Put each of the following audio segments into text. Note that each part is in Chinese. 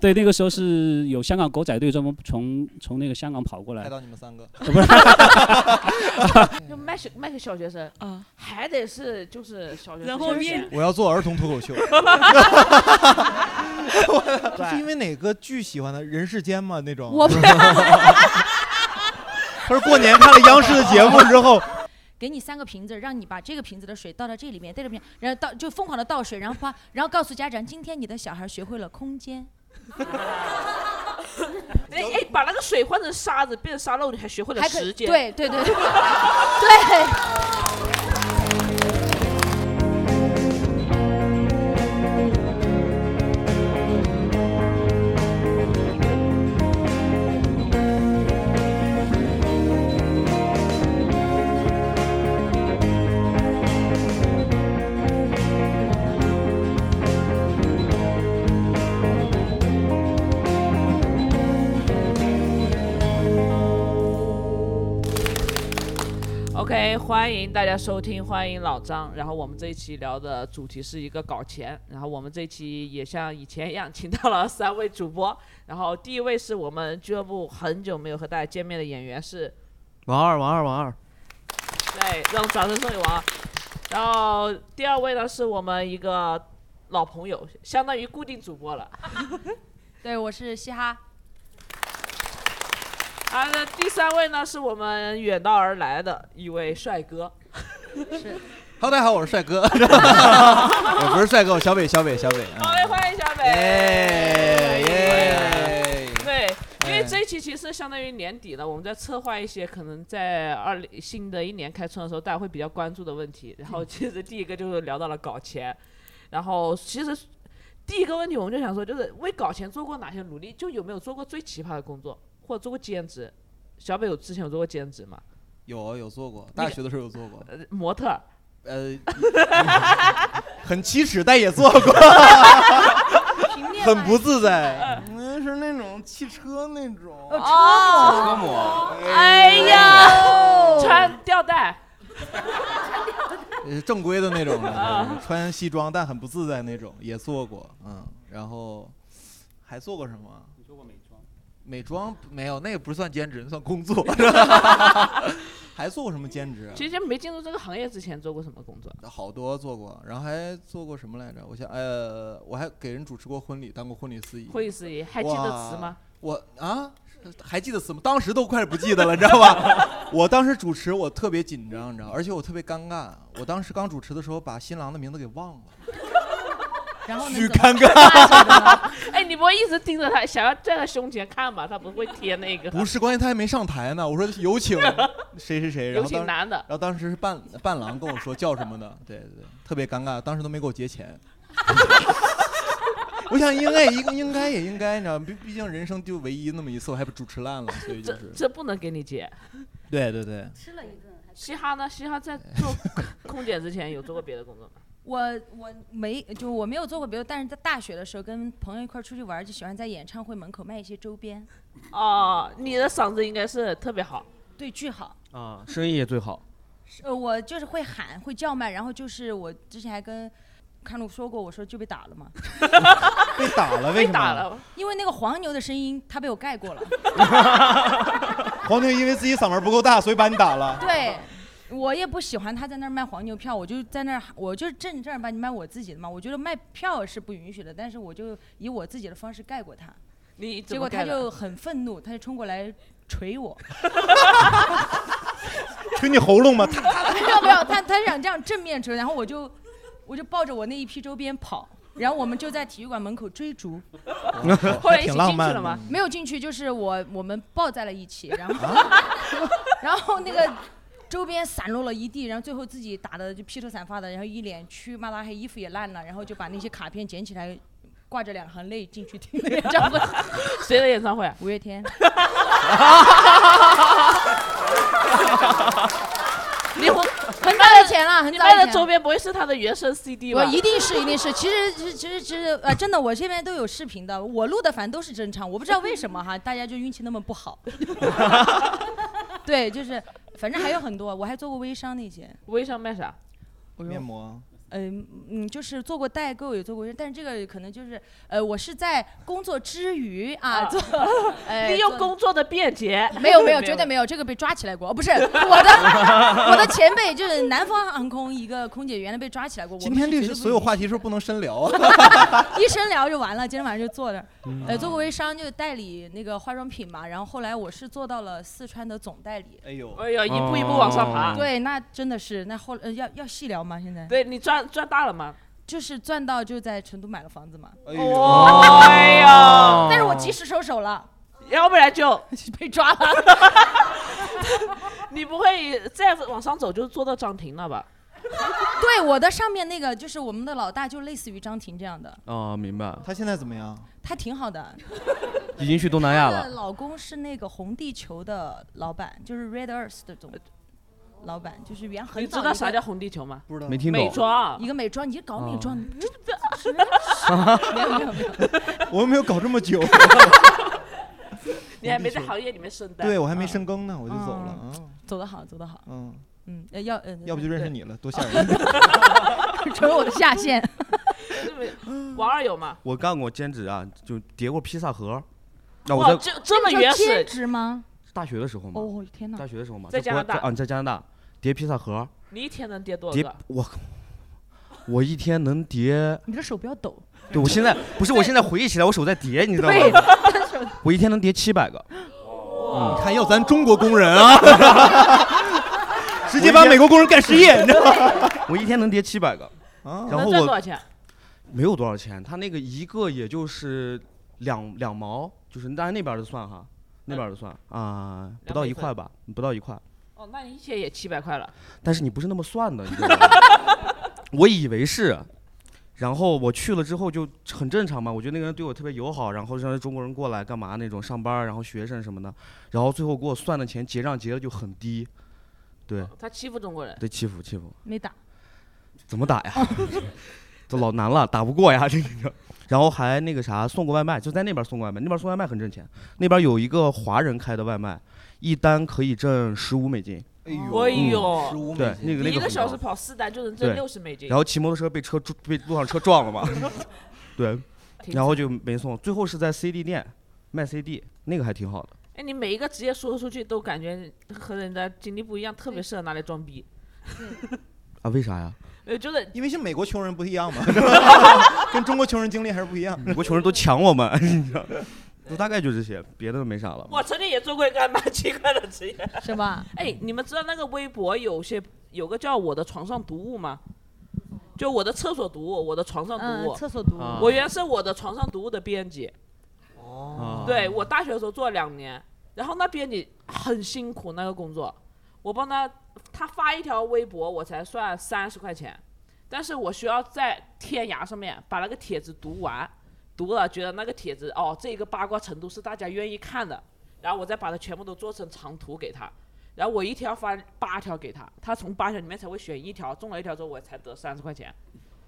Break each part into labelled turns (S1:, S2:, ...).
S1: 对，那个时候是有香港狗仔队专门从从那个香港跑过来
S2: 拍，到你们三个，
S1: 呃 不是
S3: 就卖给卖给小学生
S4: 嗯
S5: 啊，
S3: 还得是就是小学生
S5: 然后
S3: 先选
S5: 面
S2: 我要做儿童脱 口秀。
S3: 对
S2: 是因为哪个剧喜欢的？人世间吗？那种。
S3: 我不
S2: 他说过年看了央视的节目之 后，
S4: 给你三个瓶子，让你把这个瓶子的水倒到这里面，这里面，然后倒就疯狂的倒水，然后啪，然后告诉家长，今天你的小孩学会了空间。
S3: 哎哎，把那个水换成沙子，变成沙漏，你还学会了
S4: 还可以
S3: 时间。
S4: 对对 对对。
S3: OK，欢迎大家收听，欢迎老张。然后我们这一期聊的主题是一个搞钱，然后我们这期也像以前一样，请到了三位主播。然后第一位是我们俱乐部很久没有和大家见面的演员是，
S6: 王二，王二，王二，
S3: 对，让掌声送给王。然后第二位呢是我们一个老朋友，相当于固定主播了。
S4: 对，我是嘻哈。
S3: 啊，那第三位呢是我们远道而来的一位帅哥，
S2: 哈喽，大家好，我是帅哥， 我不是帅哥，我小北，小北，小北
S3: 好
S2: 啊，
S3: 嘞，欢迎小北。哎
S2: 耶耶，
S3: 对，因为
S2: 哎
S3: 这一期其实相当于年底了，我们在策划一些可能在二零新的一年开春的时候，大家会比较关注的问题。然后其实第一个就是聊到了搞钱，然后其实第一个问题我们就想说，就是为搞钱做过哪些努力，就有没有做过最奇葩的工作，或者做过兼职？小北有之前有做过兼职吗？
S2: 有啊有做过，大学的时候有做过，
S3: 呃，模特儿，
S2: 呃， 很奇耻，但也 做过，
S5: 平面
S2: 很不自在。
S6: 我们嗯是那种汽车那种，
S3: 哦，
S6: 车模，
S3: 哎呀，
S6: 嗯
S3: 穿吊带，
S2: 呃，正规的那 种
S3: 啊
S2: 的，就是穿西装但很不自在那种，也做过，嗯，然后还做过什么？
S1: 你说过美妆，
S2: 美妆没有，那个不算兼职，那算工 作。 还做过什么兼职啊？
S3: 其实没进入这个行业之前做过什么工作？
S2: 好多做过，然后还做过什么来着？我想，呃，我还给人主持过婚礼，当过婚礼司仪。
S3: 会议司仪还记得词吗？
S2: 我啊，还记得死吗？当时都快不记得了，你知道吧？ 我当时主持，我特别紧张，你知道，而且我特别尴尬。我当时刚主持的时候，把新郎的名字给忘了，
S4: 然后呢？
S2: 巨
S4: 怎么
S2: 尴尬。
S3: 哎，你不会一直盯着他，想要在他胸前看吧？他不会贴那 个。
S2: 不是，关键他还没上台呢。我说有 请谁谁谁，然
S3: 有
S2: 后
S3: 请
S2: 当
S3: 男的
S2: 然，后当时是伴伴郎跟我说叫什么的，对对对，特别尴尬，当时都没给我结钱。 我想应该应应该也应该，你知道，毕毕竟人生就唯一那么一次，我还不主持烂了，所以就
S3: 这
S2: 是
S3: 这不能给你接。
S2: 对对对，
S4: 吃了一顿。
S3: 嘻哈呢？嘻哈在做空姐之前有做过别的工作吗？
S4: 我我没就我没有做过别的，但是在大学的时候跟朋友一块儿出去玩儿，就喜欢在演唱会门口卖一些周边，
S3: 哦，你的嗓子应该是特别好。
S4: 对，巨好。
S6: 啊，生意也最好，
S4: 呃，我就是会喊会叫卖，然后就是我之前还跟看路说过，我说就被打了嘛，
S2: 被打了，为
S3: 被
S2: 什么？
S3: 打了，
S4: 因为那个黄牛的声音他被我盖过了。
S2: 黄牛因为自己嗓门不够大，所以把你打了。
S4: 对，我也不喜欢他在那儿卖黄牛票，我就在那儿，我就是正正儿八经卖我自己的嘛。我觉得卖票是不允许的，但是我就以我自己的方式盖过他，
S3: 你怎
S4: 结
S3: 么
S4: 果
S3: 盖
S4: 他
S3: 的
S4: 就很愤怒，他就冲过来捶我，
S2: 捶你喉咙吗？
S4: 没有没有，他他想这样正面捶，然后我就我就抱着我那一批周边跑。然后我们就在体育馆门口追逐，
S3: 后来一起
S2: 挺
S3: 进
S2: 浪
S3: 去
S2: 漫
S3: 了吗？
S4: 没有进去，就是我我们抱在了一起，然后、然后那个周边散落了一地，然后最后自己打的就披头散发的，然后一脸黴嘛拉黑，衣服也烂了，然后就把那些卡片捡起来，挂着两行泪进去听演唱会。
S3: 谁的演唱会啊？
S4: 五月 天，
S3: 你我
S4: 很早以前了，很
S3: 你
S4: 早
S3: 卖的
S4: 以
S3: 周
S4: 前。
S3: 边不会是他的原声 CD 吧
S4: 我？一定是，一 定是。其实，其实，其实，其实，呃，真的，我这边都有视频的。我录的反正都是真唱，我不知道为什么哈， 大家就运气那么不好。 对，就是，反正还有很多，我还做过微商那些。
S3: 微商卖啥？
S2: 面膜，
S4: 嗯嗯，就是做过代购，也做过，但是这个可能就是呃，我是在工作之余啊，做 呃
S3: 利用
S4: 做
S3: 工作的便捷。
S4: 没 有没有，绝对没有，这个被抓起来过，哦 不是我的我的前辈就是南方航空一个空姐，原来被抓起来过。我
S2: 今
S4: 们
S2: 天
S4: 是
S2: 这
S4: 绝
S2: 是
S4: 对不
S2: 所有话题是不是不能深聊啊？
S4: 一深聊就完了，今天晚上就坐这儿。
S2: 嗯
S4: 呃，做过微商，就代理那个化妆品嘛，然后后来我是做到了四川的总代理。
S2: 哎呦
S3: 哎呦一步一步往上爬哦
S4: 对，那真的是，那后呃要要细聊吗？现在？
S3: 对你赚赚大了吗？
S4: 就是赚到就在成都买了房子嘛。
S2: 哎
S3: 呦哇哎呀
S4: 但是我及时收手了，
S3: 要不然就
S4: 被抓了。
S3: 你不会再往上走就做到涨停了吧？
S4: 对，我的上面那个就是我们的老大，就类似于张婷这样的，
S7: 哦，明白。
S2: 他现在怎么样？
S4: 他挺好的。
S7: 已经去东南亚
S4: 她的
S7: 了。
S4: 老公是那个红地球的老板，就是 Red Earth 的总老板，就是原很
S3: 你
S4: 早
S3: 知道
S4: 一个
S3: 啥叫红地球吗？
S2: 不知道
S7: 没嗯听懂
S3: 美妆
S4: 一个美妆，你搞美妆，你这没有没有没有，
S2: 我又没有搞这么久，
S3: 你 还没在行业里面深耕。嗯
S2: 对我还没深耕呢，我就走了。
S4: 嗯
S2: 嗯
S4: 走得好，走得好，
S2: 嗯，
S4: 嗯，呃要嗯，
S2: 要不就认识你了，多吓人！
S4: 对，成为我的下 线。
S3: 王二有吗？
S6: 我干过兼职啊，就叠过披萨盒。那
S3: 哇
S6: 我在
S3: 这这么
S4: 那叫
S3: 原始
S4: 兼职吗？
S6: 大学的时候嘛，
S4: 哦天哪！
S6: 大学的时候嘛，
S3: 在加拿
S6: 国
S3: 大
S6: 啊，在加拿大叠披萨盒，
S3: 你一天能跌多少
S6: 叠
S3: 个？
S6: 我靠我一天能叠，
S4: 你这手不要抖，
S6: 对我现
S2: 嗯
S6: 在不是我现在回忆起来，我手在叠，你知道吗？我一天能叠七百个，
S2: 你看要咱中国工人啊，直接把美国工人干失业，你知道吗？
S6: 我一天能叠七百个，
S2: 嗯
S6: 然
S3: 能
S6: 后
S3: 赚多少
S6: 我
S3: 钱？
S6: 没有多少钱，他那个一个也就是两两毛，就是按那边的算哈，那边的算啊，不到一块吧，不到一块，
S3: 哦，那你一天也七百块了。
S6: 但是你不是那么算的，你知道吗？我以为是，然后我去了之后就很正常嘛，我觉得那个人对我特别友好，然后让中国人过来干嘛那种上班儿，然后学生什么的，然后最后给我算的钱结账结的就很低，对，
S3: 他欺负中国人。
S6: 对欺负欺负，
S4: 没打。
S6: 怎么打呀？ 这老难了，打不过呀，这个。然后还那个啥，送过外卖，就在那边送过外卖，那边送外卖很挣钱，那边有一个华人开的外卖，一单可以挣十五美金。
S2: 哎
S3: 哎呦，
S2: 15
S6: 对
S2: 美，金
S6: 那个
S3: 你
S6: 那
S3: 一个
S6: 很
S3: 小
S6: 高
S3: 时跑四单就能挣
S6: 对，
S3: 六十美金。
S6: 然后骑摩托车被车撞被路上车撞 了嘛，对，
S3: 挺
S6: 然后就没送。最后是在 CD 店卖 CD，那个还挺好的。
S3: 哎，你每一个职业说出去都感觉和人家经历不一样，特别适合拿来装逼。
S4: 嗯
S6: 啊，为啥呀？
S3: 我觉得
S2: 因为是美国穷人不一样 嘛，跟中国穷人经历还是不一样。
S6: 美国穷人都抢我们，你知道？就大概就这些，别的都没啥了。
S3: 我曾经也做过一个蛮奇怪的职业，
S4: 是吧？
S3: 哎，你们知道那个微博有些有个叫“我的床上读物”吗？就我的厕所读物，我的床上
S4: 嗯
S3: 读物，
S4: 厕所读物啊
S3: 我原是我的床上读物的编辑，
S6: 哦
S3: 对我大学的时候做了两年，然后那编辑很辛苦那个工作，我帮他他发一条微博我才算三十块钱，但是我需要在天涯上面把那个帖子读完，读了觉得那个帖子哦这个八卦程度是大家愿意看的，然后我再把它全部都做成长图给他。然后我一条发八条给他，他从八条里面才会选一条，中了一条之后我才得三十块钱。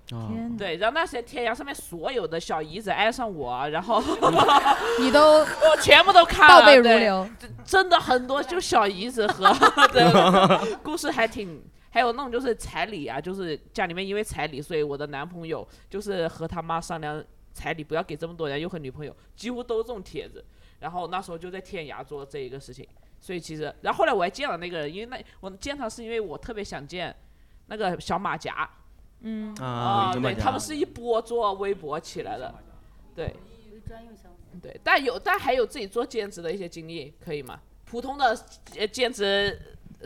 S6: 天
S3: 对，然后那些天涯上面所有的小姨子爱上我，然后
S4: 你都
S3: 我全部都看了，
S4: 倒背如
S3: 对
S4: 流，
S3: 真真的很多，就小姨子和对故事还挺。还有那种就是彩礼啊，就是家里面因为彩礼，所以我的男朋友就是和他妈商量彩礼不要给这么多人，又和女朋友几乎都是这种帖子。然后那时候就在天涯做这一个事情，所以其实，然后后来我还见了那个人，因为那我见他是因为我特别想见那个小马甲，呃
S4: 嗯
S6: 啊，
S3: 对，他们是一波做微博起来的，对，对，但有但还有自己做兼职的一些经历，可以吗？普通的呃兼职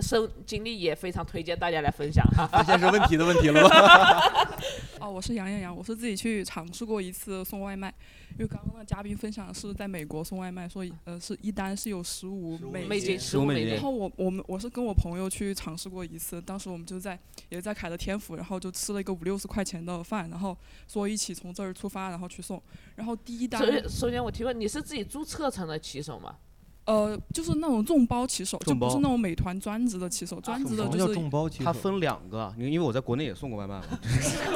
S3: 生经历也非常推荐大家来分享。
S2: 发现是问题的问题了吧？
S8: 哦，我是杨艳阳，我是自己去尝试过一次送外卖，因为刚刚那嘉宾分享的是在美国送外卖，所以呃是一单是有十五
S3: 美
S8: 美
S3: 金
S8: 金，
S3: 15美金
S8: 然后我我们我是跟我朋友去尝试过一次，当时我们就在也是在凯的天府，然后就吃了一个五六十块钱的饭，然后说一起从这儿出发，然后去送，然后第一单
S3: 首先首先我提问，你是自己注册成了骑手吗？
S8: 呃就是那种众包骑手，就
S6: 众包
S8: 不是那种美团专职的骑手，专职的就是
S2: 包骑
S6: 它分两个，因为因为我在国内也送过外卖嘛，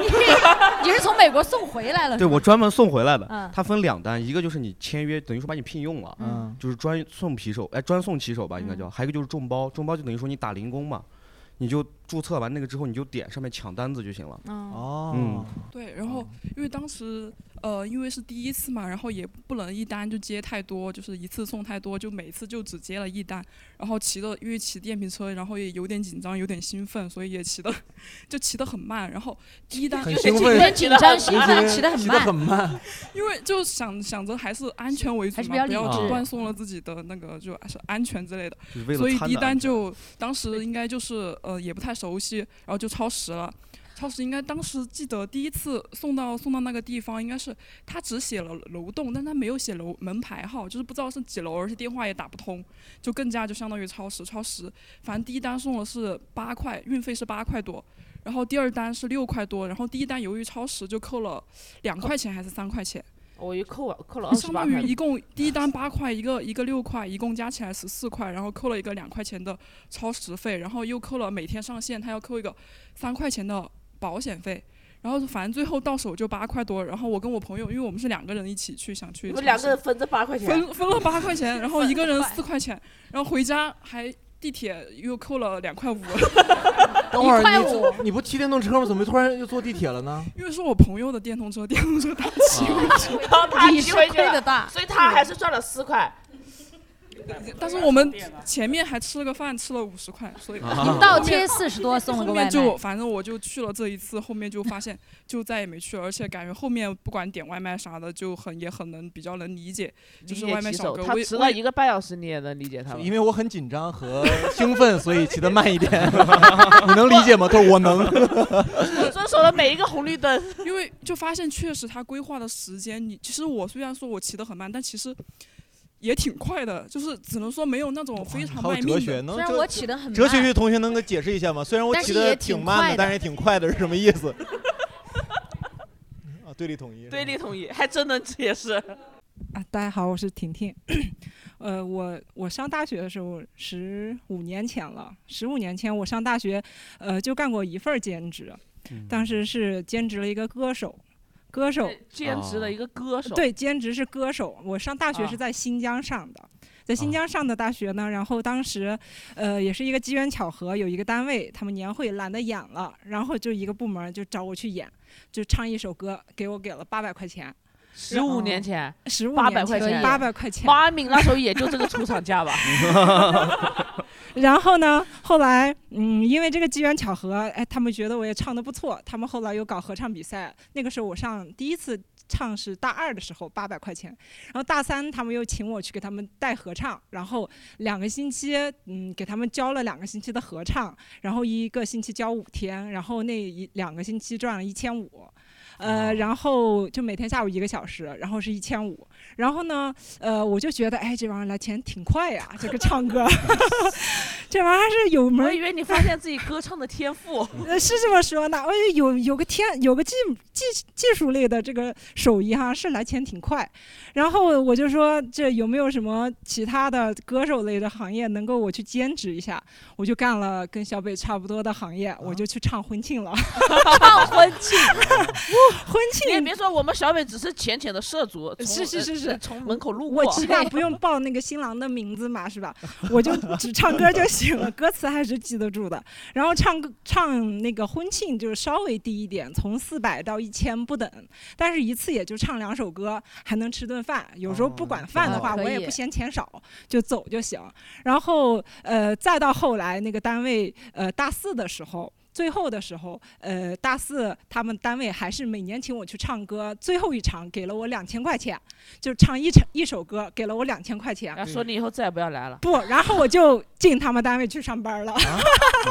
S4: 你是从美国送回来了？
S6: 对我专门送回来的
S4: 嗯。
S6: 它分两单，一个就是你签约，等于说把你聘用了，
S2: 嗯，
S6: 就是专送骑手，哎，专送骑手吧，应该叫。还有一个就是众包，众包就等于说你打零工嘛，你就注册完那个之后，你就点上面抢单子就行了。
S8: 哦
S6: 嗯，
S8: 对，然后因为当时呃，因为是第一次嘛，然后也不能一单就接太多，就是一次送太多，就每次就只接了一单。然后骑的，因为骑电瓶车，然后也有点紧张，有点兴奋，所以也骑的 就骑得很慢。然后第一单
S2: 很兴奋有点紧张兴奋骑得很慢骑得很慢，
S8: 因为就想想着还是安全为主
S9: 还是
S8: 嘛
S9: 比，较
S8: 不要
S9: 理智
S8: 断送了自己的那个就是安全之类的
S6: 就是为。了
S8: 所以
S6: 餐
S8: 第一
S6: 的
S8: 单
S6: 安全
S8: 就当时应该就是呃也不太熟悉，然后就超时了。超时应该当时记得第一次送到送到那个地方，应该是他只写了楼栋，但他没有写楼门牌号，就是不知道是几楼，而且电话也打不通，就更加就相当于超时超时。反正第一单送的是八块，运费是八块多，然后第二单是六块多，然后第一单由于超时就扣了两块钱还是三块钱。
S3: 哦我一扣扣了二十
S8: 相
S3: 八
S8: 当
S3: 块
S8: 于。一共第一单 八块，一个一个六块，一共加起来十四块，然后扣了一个两块钱的超时费，然后又扣了每天上线，他要扣一个三块钱的保险费，然后反正最后到手就八块多。然后我跟我朋友，因为我们是两个人一起去想去，
S3: 你们两个人分这八块钱啊
S8: 分分了八块钱，然后一个人四块钱，然后回家还地铁又扣了两块五。
S2: 等会儿你坐你不骑电动车吗？怎么突然又坐地铁了呢？
S8: 因为是我朋友的电动车，电动车
S3: 啊
S8: 他 骑回去，
S3: 然后他骑回去了，所以他还是赚了四块。
S8: 但是我们前面还吃了个饭，吃了五十块，所以
S9: 啊你倒贴40多送了个
S8: 后
S9: 外卖
S8: 面就反正我就去了这一次，后面就发 现就再也没去了，而且感觉后面不管点外卖啥的，就很也很能比较能理解，就是外卖小哥
S3: 他
S8: 为
S3: 迟
S8: 为
S3: 了一个半小时，你也能理解他们。
S2: 因为我很紧张和兴奋，所以骑得慢一点。你能理解吗？他说我能。
S3: 遵守了每一个红绿灯，
S8: 因为就发现确实他规划的时间，你其实我虽然说我骑得很慢，但其实也挺快的，就是只能说没有那种非常
S2: 好有
S8: 卖命
S2: 哲
S8: 的。
S2: 学，能
S9: 然
S2: 哲
S9: 我骑得很慢
S2: 哲学系同学能给解释一下吗？虽然我
S9: 但
S2: 骑
S9: 是也
S2: 得
S9: 挺
S2: 挺慢
S9: 快的
S2: 但是也挺快的，是什么意思？啊，对立统一。
S3: 对立统一，还真能解 释。
S10: 啊，大家好，我是婷婷。 呃，我我上大学的时候，十五年前了。十五年前我上大学，呃，就干过一份儿兼职，
S5: 嗯
S6: 嗯
S10: 当时是兼职了一个歌手，歌手
S3: 兼职了一个歌手，
S10: 对，，兼职是歌手。我上大学
S3: 啊
S10: 是在新疆上的，在新疆上的大学呢。然后当时，呃，也是一个机缘巧合，有一个单位他们年会懒得演了，然后就一个部门就找我去演，就唱一首歌，给我给了八百块钱。
S3: 十五年前，
S10: 十五
S3: 八百块钱，
S10: 八百块钱。
S3: 马敏那时候也就这个出场价吧。
S10: 然后呢，后来嗯，因为这个机缘巧合，哎，他们觉得我也唱的不错，他们后来又搞合唱比赛。那个时候我上第一次唱是大二的时候，八百块钱。然后大三他们又请我去给他们带合唱，然后两个星期，嗯，给他们教了两个星期的合唱，然后一个星期教五天，然后那一两个星期赚了一千五。呃，然后就每天下午一个小时，然后是一千五，然后呢，呃，我就觉得，哎，这玩意儿来钱挺快呀，这个唱歌，这玩意儿是有门。
S3: 我以为你发现自己歌唱的天赋，
S10: 呃，是这么说呢，我有有个天，有个技技技术类的这个手艺哈，是来钱挺快。然后我就说，这有没有什么其他的歌手类的行业能够我去兼职一下？我就干了跟小北差不多的行业，我就去唱婚庆了。
S3: 唱婚庆，
S10: 婚庆
S3: 你也别说，我们小美只是浅浅的涉足，从
S10: 是是是是
S3: 呃从门口路过。
S10: 我 起码不用报那个新郎的名字嘛，是吧？我就只唱歌就行了，歌词还是记得住的。然后唱歌唱那个婚庆就是稍微低一点，从四百到一千不等，但是一次也就唱两首歌，还能吃顿饭。有时候不管饭的话，
S9: 哦可以
S10: 我也不嫌钱少，就走就行。然后呃，再到后来那个单位呃大四的时候。最后的时候，呃，大四他们单位还是每年请我去唱歌，最后一场给了我两千块钱，就唱一场一首歌，给了我两千块钱。
S3: 然后说你以后再也不要来了。
S10: 不，然后我就进他们单位去上班了。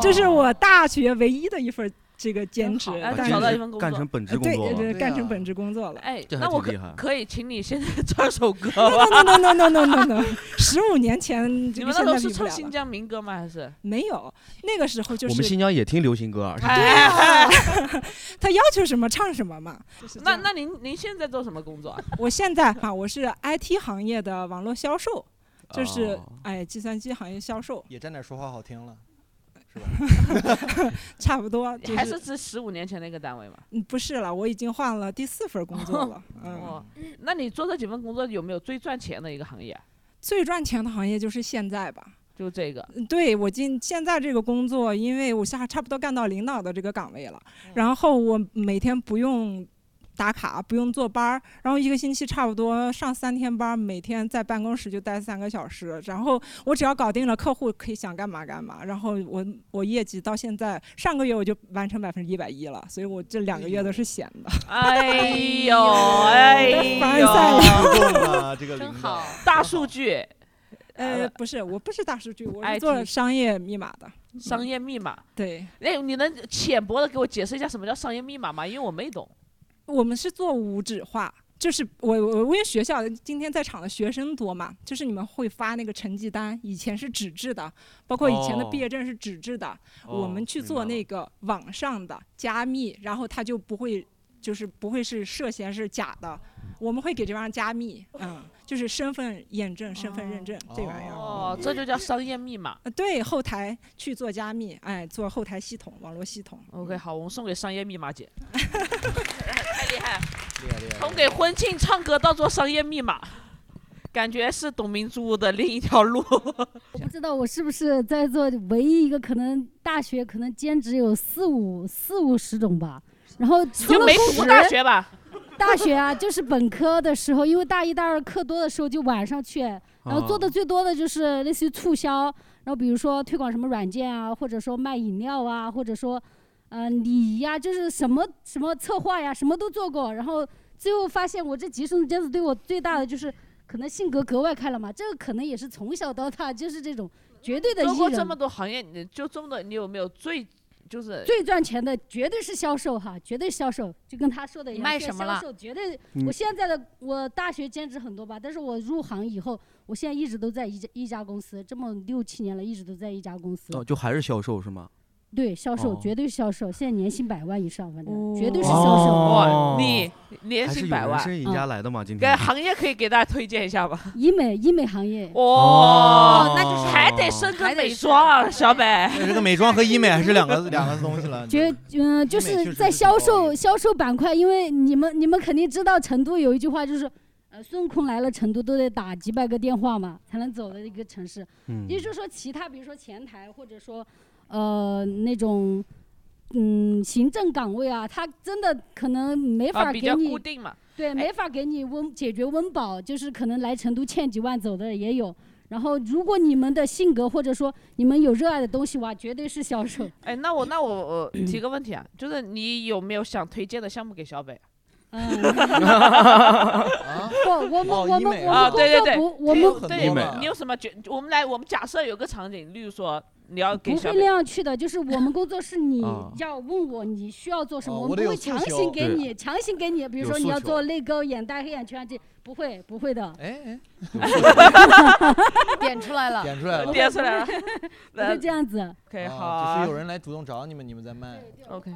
S10: 这是我大学唯一的一份这个兼职，
S3: 哎
S10: 但
S3: 找
S10: 是
S3: 到一份工作
S6: 干成本职工作
S10: 对对
S6: 了，
S10: 对，干成本职工作了。
S3: 哎
S6: 这还
S3: 那我
S6: 挺
S3: 可
S6: 厉害
S3: 可以请你现在唱首歌
S10: no no
S3: 吗？
S10: no no no no no，十五年前
S3: 你
S10: 这个
S3: 们
S10: 现
S3: 那时
S10: 在
S3: 候是
S10: 比不
S3: 唱
S10: 了
S3: 新
S10: 了。
S3: 疆民歌吗？还是？
S10: 没有，那个时候就是
S6: 我们新疆也听流行歌，是吧
S10: 对啊，他要求什么唱什么嘛。
S3: 那那您您现在做什么工作啊？
S10: 我现在啊，我是 IT 行业的网络销售，就是、哎，计算机行业销售，
S2: 也沾点说话好听了。
S10: 差不多。 就
S3: 还是指十五年前那个单位吗？
S10: 嗯不是了，我已经换了第四份工作 了。嗯
S3: 哦， 那你做这几份工作有没有最赚钱的一个行业啊？
S10: 最赚钱的行业就是现在吧，嗯
S3: 就这个。
S10: 对我进现在这个工作，因为我下差不多干到领导的这个岗位了，
S3: 嗯
S10: 然后我每天不用打卡，不用坐班儿，然后一个星期差不多上三天班儿，每天在办公室就待三个小时，然后我只要搞定了客户，可以想干嘛干嘛，然后我我业绩到现在上个月我就完成百分之一百一了，所以我这两个月都是闲的。
S3: 哎呦哎呦，
S10: 凡尔 赛了
S2: 啊
S11: 这个
S3: 真好， 大数据，
S10: 呃，不是，我不是大数据，我
S3: IT
S10: 是做商业密码的。
S3: 商业密码。
S10: 对，
S3: 那你能浅薄的给我解释一下什么叫商业密码吗？因为我没懂。
S10: 我们是做无纸化，就是我我我因为学校今天在场的学生多嘛，就是你们会发那个成绩单，以前是纸质的，包括以前的
S12: 哦
S10: 毕业证是纸质的，我
S12: 哦
S10: 们去
S12: 明
S10: 做
S12: 白
S10: 那个网上的加密，然后它就不会就是不会是涉嫌是假的，我们会给这玩意儿加密，嗯，就是身份验证、身份认证、这玩意儿。
S3: 哦，这就叫商业密码。
S10: 呃对后台去做加密，哎，做后台系统、网络系统。
S3: OK，好，我们送给商业密 码姐，太厉害了！
S2: 厉害厉害
S3: 从给婚庆唱歌到做商业密码，感觉是董明珠的另一条路。
S13: 我不知道我是不是在座唯一一个可能大学可能兼职有四五四五十种吧，然后除
S3: 就
S13: 了
S3: 没
S13: 公
S3: 读
S13: 职
S3: 大学吧？
S13: 大学啊，就是本科的时候，因为大一、大二课多的时候就晚上去，然后做的最多的就是类似于促销，然后比如说推广什么软件啊，或者说卖饮料啊，或者说，呃，礼仪呀、就是什么什么策划呀，什么都做过。然后最后发现我这极生尖子对我最大的就是可能性格格外开朗嘛，这个可能也是从小到大就是这种绝 对的
S3: 做
S13: 艺
S3: 过这么
S13: 人。
S3: 多行业，你就这么多，你有没有最就是
S13: 最赚钱的绝对是销售哈，绝对是销售，就跟他说的一样。
S3: 卖
S13: 现在
S3: 什么
S13: 销
S3: 了
S13: 售绝对
S3: 嗯，
S13: 我现在的我大学兼职很多吧，但是我入行以后，我现在一直都在一家一家公司，这么六七年了，一直都在一家公司。
S6: 哦，就还是销售是吗？
S13: 对，销售、
S6: 哦
S13: 绝对是销售，现在年薪百万以上，反正、绝对是销售。嗯
S6: 哦
S3: 你年
S6: 还是
S3: 薪
S6: 有
S3: 百
S6: 人
S3: 万嗯
S6: 生赢家来的嘛？今
S3: 给
S6: 天
S3: 行业可以给大家推荐一下吧？
S13: 医美医美行业，
S3: 哦，
S6: 那就是
S3: 还得深耕美妆啊，小北。
S11: 那这个美妆和医美还是两个两个东西了。
S13: 绝嗯、就
S11: 确实
S13: 是在销售销售板块，因为你们你们肯定知道成都有一句话就是，呃，孙悟空来了成都都得打几百个电话嘛才能走的一个城市。
S14: 嗯
S13: 也就是说，其他比如说前台或者说呃那种嗯行政岗位啊，他真的可能没法
S3: 啊，比
S13: 给
S3: 较
S13: 你、
S3: 固定哎嘛。
S13: 对，没法给你温解决温饱，就是可能来成都欠几万走的也有。然后，如果你们的性格或者说你们有热爱的东西哇，绝对是销售。
S3: 哎，那我那我我提个问题啊，就是你有没有想推荐的项目给小北？啊
S13: 嗯 不，我们
S3: 哦
S13: 我
S3: 医
S13: 们
S3: 美
S13: 我
S3: 啊
S13: 们
S3: 对对对，
S13: 工作不，我们
S3: 对对
S13: 我们
S3: 你有什么觉？我们来，我们假设有个场景，例如说你要 给
S13: 不
S3: 小
S13: 会
S3: 北
S13: 那，样去的，就是我们工作室你
S3: 啊
S13: 要问我你需要做什么，
S3: 哦
S13: 我
S3: 我
S13: 们
S3: 得
S13: 不
S3: 有
S13: 会
S3: 诉
S13: 强
S3: 求
S13: 行给
S3: 对
S13: 你强行给你，比如
S3: 有
S13: 说你
S3: 诉
S13: 要
S3: 求
S13: 做泪沟、眼袋、黑眼圈这不会不会的。
S2: 哎
S13: 点出来了
S2: 点出来了，
S3: 点出 来了
S13: 不会这样子。
S3: OK，
S2: 啊
S3: 好
S2: 只
S3: 啊
S2: 是有人来主动找你们，你们再卖。
S3: OK。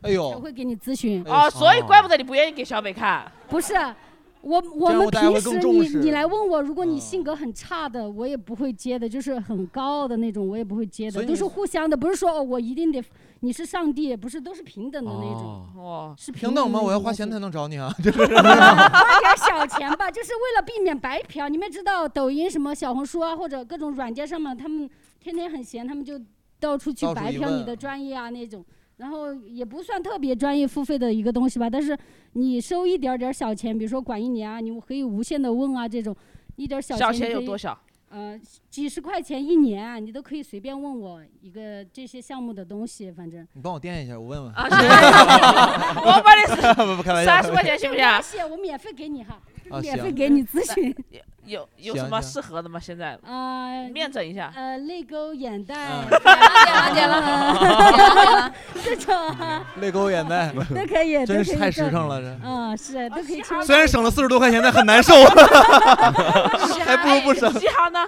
S2: 哎呦，哎
S13: 会给你咨询
S3: 哦，所以怪不得你不愿意给小北看。
S13: 不是，我我
S3: 样
S13: 们
S3: 我大家
S13: 平
S3: 会更
S13: 时
S3: 重
S13: 你
S3: 视嗯
S13: 你来问我，如果你性格很差的，我也不会接的，就是很高傲的那种，我也不会接
S3: 所
S13: 的，
S3: 以
S13: 都
S3: 你
S13: 是互相的，不是说哦我一定得你是上帝，不是都是平等的那种。
S3: 哦，
S13: 是
S2: 平等吗？
S13: 的
S2: 我要
S13: 那
S2: 花
S13: 种
S2: 钱
S13: 关系
S2: 才能找你啊！ 就是
S13: 花点小钱吧， 就是为了避免白嫖。你们知道抖音什么小红书啊，或者各种软件上面，他们天天很闲，他们就到处去
S15: 到处
S13: 白
S15: 一
S13: 嫖
S15: 问
S13: 你的专业啊那种。然后也不算特别专业付费的一个东西吧，但是你收一点儿点儿小钱，比如说管一年啊，你可以无限的问啊这种，一点儿
S3: 小
S13: 钱你
S3: 钱有
S13: 可以
S3: 多少？
S13: 呃，几十块钱一年啊，你都可以随便问我一个这些项目的东西，反正。
S2: 你帮我垫一下，我问问。
S13: 啊
S3: 我 帮
S2: 不不
S3: 你
S2: 不开玩笑，
S3: 三十块钱行不行啊？
S13: 谢，我免费给你哈，
S2: 啊
S13: 免费
S2: 行
S13: 给你咨询。
S3: 有有
S2: 行
S3: 什么
S2: 行
S3: 适合的吗？现在
S13: 呃，
S3: 面诊一下。
S13: 呃，泪沟、眼袋，
S2: 嗯
S3: 了点了点了点 了
S13: 这种
S2: 嗯
S13: 啊
S2: 泪沟眼袋，
S13: 都可 以，
S2: 真
S13: 都
S2: 是
S13: 可以
S2: 太
S13: 做
S2: 实诚了这。
S13: 嗯，是都可
S4: 啊
S13: 以
S11: 虽然省了四十多块钱，但很 难受， 还不如不省。
S3: 哈呢？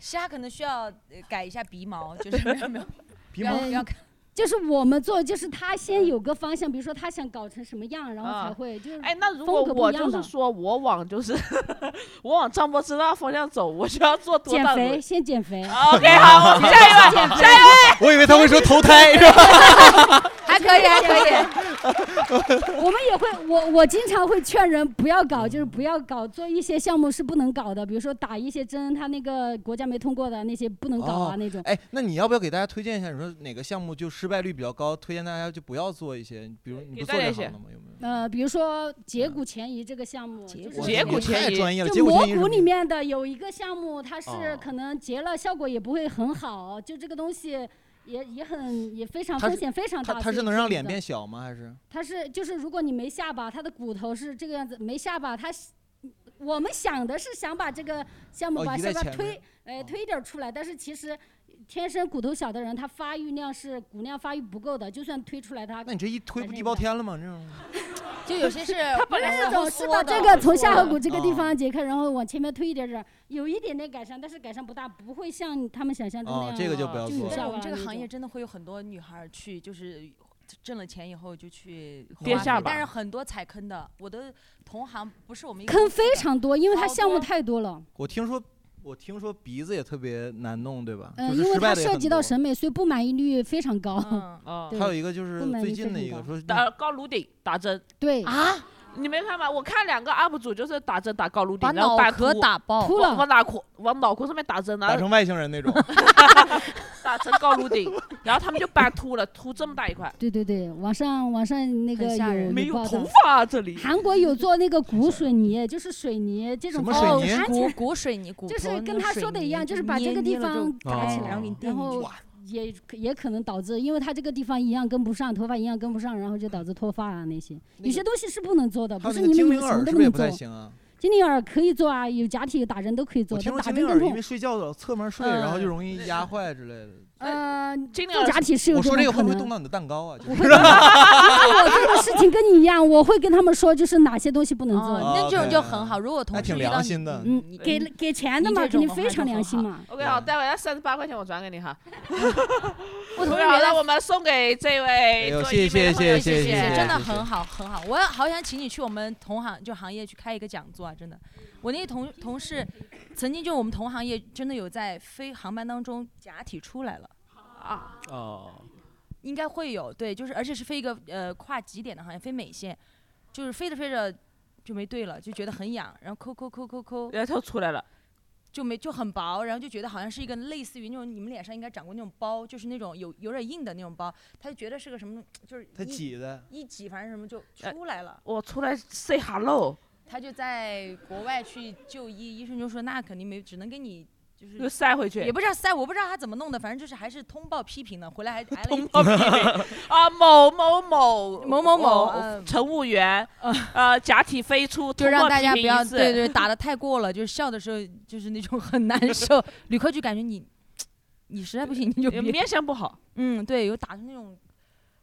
S4: 嘻哈可能需要呃改一下鼻毛，就是没有没 有
S13: 皮毛
S4: 要要
S13: 嗯就是我们做，就是他先有个方向，比如说他想搞成什么样，然后才会就是
S3: 哎，那如果
S13: 风格不
S3: 我
S13: 一样
S3: 就
S13: 的
S3: 是。说我往就是我往张柏芝那方向走，我就要做多
S13: 减
S3: 大的
S13: 肥，先减肥。
S3: OK，好，我们下一位，下一位。
S11: 我以为他会说投胎是吧？
S4: 啊还可以还可以，
S13: 我们也会，我我经常会劝人不要搞，就是不要搞做一些项目是不能搞的，比如说打一些针，他那个国家没通过的那些不能搞啊、
S2: 哦
S13: 那种。
S2: 哎，那你要不要给大家推荐一下？你说哪个项目就失败率比较高？推荐大家就不要做一些，比如你不做这行的吗？
S13: 呃，比如说节骨前移这个项目，节
S2: 嗯骨节骨前移太专业了节
S13: 就
S2: 骨
S13: 蘑
S2: 前移是
S13: 菇
S2: 什么
S13: 里面的有一个项目，它是
S2: 哦
S13: 可能结了效果也不会很好，就这个东西也也很也非常
S2: 它
S13: 风
S2: 是
S13: 险非常大。
S2: 它它是能让脸变？小吗？还是？
S13: 它是就是如果你没下巴，它的骨头是这个样子，没下巴它是。我们想的是想把这个项目
S2: 哦
S13: 把
S2: 移
S13: 下
S2: 在
S13: 巴
S2: 前
S13: 推
S2: 面，哦
S13: 呃，推一点儿出来，但是其实天生骨头小的人，他发育量是骨量发育不够的，就算推出来他，
S2: 那你这一推不地包天了吗？这种
S4: 就有些是
S13: 他本来
S4: 是
S13: 是
S4: 这
S13: 总
S4: 么
S13: 是
S4: 说
S13: 把
S4: 的
S13: 这个从
S14: 哦
S13: 下颌骨这个地方解开，然后往前面推一点点，有一点点改善，但是改善不大，不会像他们想象中那
S2: 哦
S13: 样。
S2: 这个就不要做
S13: 有
S2: 了
S13: 效啊
S4: 我们这个
S13: 那
S4: 行
S13: 种
S4: 业真的会有很多女孩儿去，就是挣了钱以后就去花
S13: 跌下
S4: 费但
S13: 巴
S4: 是很多踩坑的，我的同行不是我们一个
S13: 坑
S4: 公司
S13: 非
S4: 的
S13: 常多，因为它
S4: 好
S13: 项目
S4: 多
S13: 太多了。
S2: 我听说，我听说鼻子也特别难弄，对吧？
S13: 嗯，
S2: 就是
S13: 因为
S2: 失败
S13: 它
S2: 的也
S13: 涉
S2: 很
S13: 及
S2: 多
S13: 到审美，所以不满意率非常高。
S4: 嗯
S3: 哦
S13: 对
S2: 还有一个就是
S13: 不满
S2: 最
S13: 意
S2: 近
S13: 非
S2: 的
S13: 常
S2: 一个
S13: 高
S2: 说
S3: 打高颅顶打针。
S13: 对
S3: 啊，你没看吗？我看两个 UP 主就是打针打高颅顶，
S4: 把
S3: 然
S4: 脑
S3: 后把
S4: 壳
S3: 图
S4: 打爆
S3: 往
S4: 哭了
S3: 往脑壳往脑壳上面打针，然
S2: 打
S3: 后
S2: 成外星人那种。
S3: 打成高颅顶， 然后他们就把秃了，秃这么大一块。
S13: 对对对，网上网上那个
S3: 很吓人
S13: 有
S3: 没有
S13: 报道
S3: 头发啊这里
S13: 韩国有做那个骨水泥，就是水泥这种
S4: 什么
S13: 方
S4: 水
S13: 式
S4: 泥
S13: 安
S4: 骨
S13: 全
S4: 骨水泥骨
S13: 就是
S4: 头那
S13: 跟
S4: 个
S13: 他
S4: 水
S13: 说的
S4: 泥
S13: 一样，
S4: 就
S13: 就是
S4: 是
S13: 把
S4: 捏
S13: 这个地
S4: 捏了之后
S13: 方
S4: 打
S2: 哦
S13: 打
S4: 起
S13: 起
S4: 来
S13: 来
S4: 然后给啊你，垫
S13: 然后
S4: 进去
S13: 也可也可能导致，因为他这个地方一样跟不上，头发一样跟不上，然后就导致脱发啊那些，有些东西是不能做的，
S2: 还
S13: 不
S2: 有
S13: 是
S2: 那个
S13: 你
S2: 精
S13: 们
S2: 灵
S13: 什么
S2: 耳是
S13: 都不
S2: 不是也
S13: 能
S2: 不
S13: 做
S2: 太。行啊？
S13: 精灵耳可以做啊，有假体有打针都可以做，
S2: 我听
S13: 但
S2: 说
S13: 打
S2: 精
S13: 针
S2: 灵
S13: 更
S2: 耳
S13: 痛
S2: 因为。睡觉老侧面睡，然后就容易压坏之类的。
S13: 呃，
S3: 精灵
S13: 做假体是有
S2: 我说这
S13: 种
S2: 个会
S13: 可
S2: 不会
S13: 能
S2: 动到你的蛋糕啊？就
S13: 我
S2: 是
S13: 会跟他 们，因为我做的事情跟你一样，我会跟他们说，就是哪些东西不能做。
S2: 哦那这种
S4: 就很好。如果同
S2: 还
S4: 事
S2: 挺
S4: 遇
S2: 良
S4: 到
S2: 心的。
S13: 嗯，给给钱的
S4: 你
S13: 嘛，
S4: 这
S13: 肯定
S4: 种
S13: 非
S4: 还
S13: 常
S4: 是
S13: 良
S4: 很
S13: 心
S4: 好
S13: 嘛。
S3: OK，好，待会要三十八块钱我转给你哈。
S4: 我同学
S3: 同学，好
S4: 原来
S3: 了，我们送给这位
S2: 哎呦
S3: 做
S2: 谢
S3: 医美
S2: 谢
S3: 的朋友，
S2: 谢谢谢谢
S4: 真的很好很好。我好想请你去我们同行就行业去开一个讲座啊，真的。我那同同事曾经就我们同行业真的有在飞航班当中假体出来了啊，
S1: 哦，
S4: 应该会有对，就是而且是飞一个呃跨极点的航线，飞美线，就是飞着飞着就没对了，就觉得很痒，然后抠抠抠抠抠，
S3: 然后就出来了。
S4: 就没就很薄，然后就觉得好像是一个类似于那种你们脸上应该长过那种包，就是那种有有点硬的那种包，他就觉得是个什么，就是
S2: 他
S4: 一
S2: 挤的哎
S4: 一挤，反正什么就出来了。
S3: 我出来 say hello，
S4: 他就在国外去就医，医生就说那肯定没，只能给你就是
S3: 又塞回去
S4: 也不知道塞，我不知道他怎么弄的，反正就是还是通报批评的，回来 还挨了一
S3: 啊，某某某
S4: 某某某
S3: 哦
S4: 嗯
S3: 乘务员，呃，假体飞出，
S4: 就
S3: 通
S4: 让
S3: 过
S4: 大
S3: 批
S4: 家
S3: 评
S4: 不要
S3: 一次
S4: 对对打的太过了，就是笑的时候就是那种很难 受。旅客就感觉你你实在不行你就别
S3: 面相不好，
S4: 嗯，对，有打成那种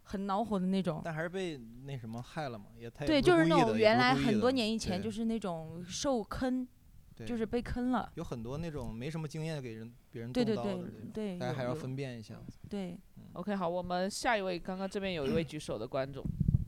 S4: 很恼火的那种。
S2: 但还是被那什么害了嘛，也太
S4: 对，就是那种原来很多年以
S2: 以
S4: 前就是那种受坑，
S2: 对
S4: 就是被坑了。
S2: 有很多那种没什么经验给人别人
S4: 对
S2: 动
S4: 对
S2: 刀的
S4: 对
S2: 这种，
S4: 对
S2: 大家
S4: 有
S2: 还要
S4: 有
S2: 分辨一下。
S4: 对
S3: 嗯，OK，好，我们下一位，刚刚这边有一位举手的观众，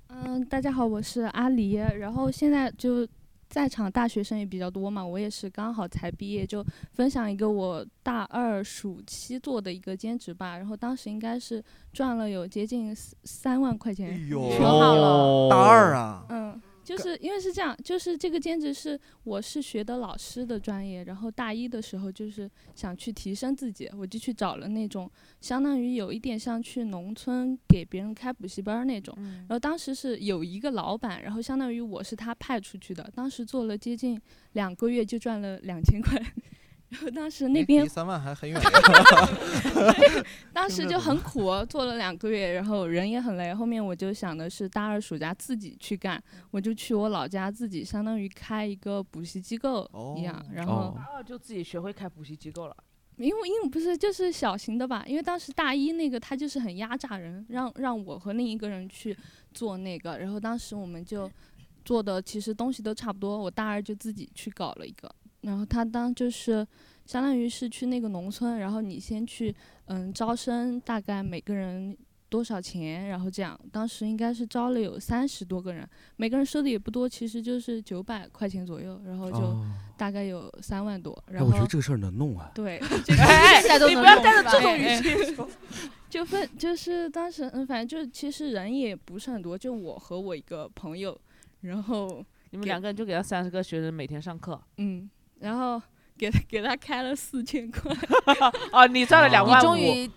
S12: 嗯，大家好，我是阿狸。然后现在就在场大学生也比较多嘛，我也是刚好才毕业，就分享一个我大二暑期做的一个兼职吧。然后当时应该是赚了有接近四三万块
S16: 哎
S12: 钱，
S2: 挺好了大二啊
S12: 嗯。就是因为是这样，就是这个兼职是我是学的老师的专业，然后大一的时候就是想去提升自己，我就去找了那种相当于有一点像去农村给别人开补习班儿那种。
S2: 嗯
S12: 然后当时是有一个老板，然后相当于我是他派出去的，当时做了接近两个月就赚了两千块， 然后当时那
S2: 哎
S12: 边。
S2: 离三万还很远
S12: 当时就很苦，哦做了两个月，然后人也很累。后面我就想的是大二暑假自己去干，我就去我老家自己相当于开一个补习机构一
S3: 哦
S12: 样，然后。
S3: 大二就自己学会开补习机构了。
S12: 因为因为不是就是小型的吧，因为当时大一那个他就是很压榨人，让让我和另一个人去做那个，然后当时我们就做的其实东西都差不多，我大二就自己去搞了一个，然后他当就是相当于是去那个农村，然后你先去嗯招生，大概每个人多少钱，然后这样，当时应该是招了有三十多个人，每个人收的也不多，其实就是九百块钱左右，然后就
S17: 哦
S12: 大概有三万多，
S17: 哎，
S12: 然后
S17: 我觉得这个事儿难弄啊。
S12: 对，这个
S3: 哎
S12: 现在都
S3: 你
S12: 能
S3: 不要
S12: 弄
S3: 带
S12: 是
S3: 着
S12: 吧
S3: 这种
S12: 哎
S3: 语
S12: 哎
S3: 气说
S12: 就分就是当时嗯，反正就是其实人也不是很多，就我和我一个朋友，然后
S3: 你们两个人就给他三十个学生每天上课。
S12: 嗯，然后给他给他开了四千块，
S3: 哦， 你赚了两万
S4: 你
S3: 五，
S4: 终于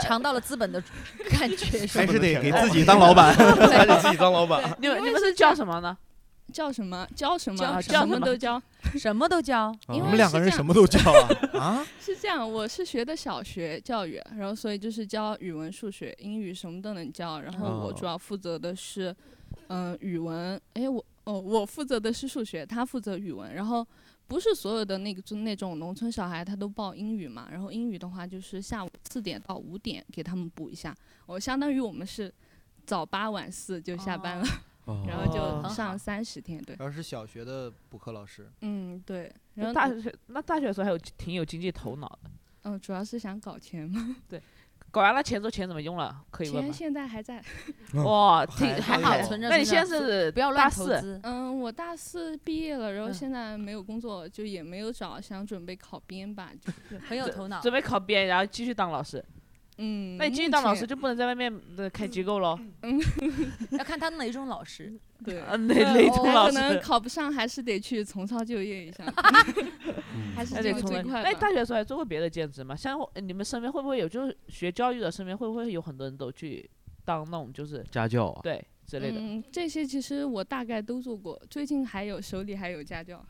S4: 尝到了资本的感觉，
S12: 还是
S6: 得给自己当老板哦 还得自己当老 板
S3: 你们你们是教什么呢？
S12: 叫什么教什么
S3: 教
S12: 什
S3: 什么
S12: 么都教，
S4: 什么都教。
S12: 因为
S6: 哦我们两
S12: 是
S6: 个
S12: 这
S6: 人
S12: 样
S6: 什么都教 啊啊！
S12: 是这样，我是学的小学教育，然后所以就是教语文、数学、英语什么都能教。然后我
S6: 哦
S12: 主要负责的是，嗯、语文。哎，我哦，我负责的是数学，他负责语文。然后不是所有的那个就那种农村小孩他都报英语嘛。然后英语的话就是下午四点到五点给他们补一下。我、相当于我们是早八晚四就下班了，
S2: 哦
S12: 然后
S2: 哦
S12: 就上三十天，对。
S2: 然后是小学的补课老师，
S12: 嗯，对。然后
S3: 大学那大学的时候还有挺有经济头脑的，
S12: 嗯，主要是想搞钱嘛。
S3: 对，搞完了钱之后钱怎么用了？可以问
S12: 钱
S3: 吗？
S12: 现在还在。
S3: 哇，哦挺
S12: 还
S3: 还
S12: 好存着
S3: 那你
S12: 存着
S3: 现在是
S12: 不要
S3: 大
S12: 乱
S3: 四
S12: 投资。嗯，我大四毕业了，然后
S3: 嗯
S12: 现在没有工作，就也没有找，想准备考编吧，就是
S4: 很有头脑
S3: 准备考编，然后继续当老师。
S12: 嗯，
S3: 那你继续
S12: 目
S3: 当老
S12: 前
S3: 师就不能在外面呃开机构喽？
S12: 嗯，
S4: 要看他哪种老师。
S12: 对，
S3: 啊哪哪种
S12: 我
S3: 老
S12: 可能
S3: 师
S12: 考不上，还是得去重操旧业一下，还是
S3: 那
S12: 这
S3: 嗯得
S12: 个
S3: 从
S12: 最快
S3: 那
S12: 吧。
S3: 大学的时候还做过别的兼职吗？像我呃你们身边会不会有，就是学教育的身边会不会有很多人都去当那种就是
S6: 家教啊
S3: 对之类的？
S12: 嗯，这些其实我大概都做过，最近还有手里还有家教。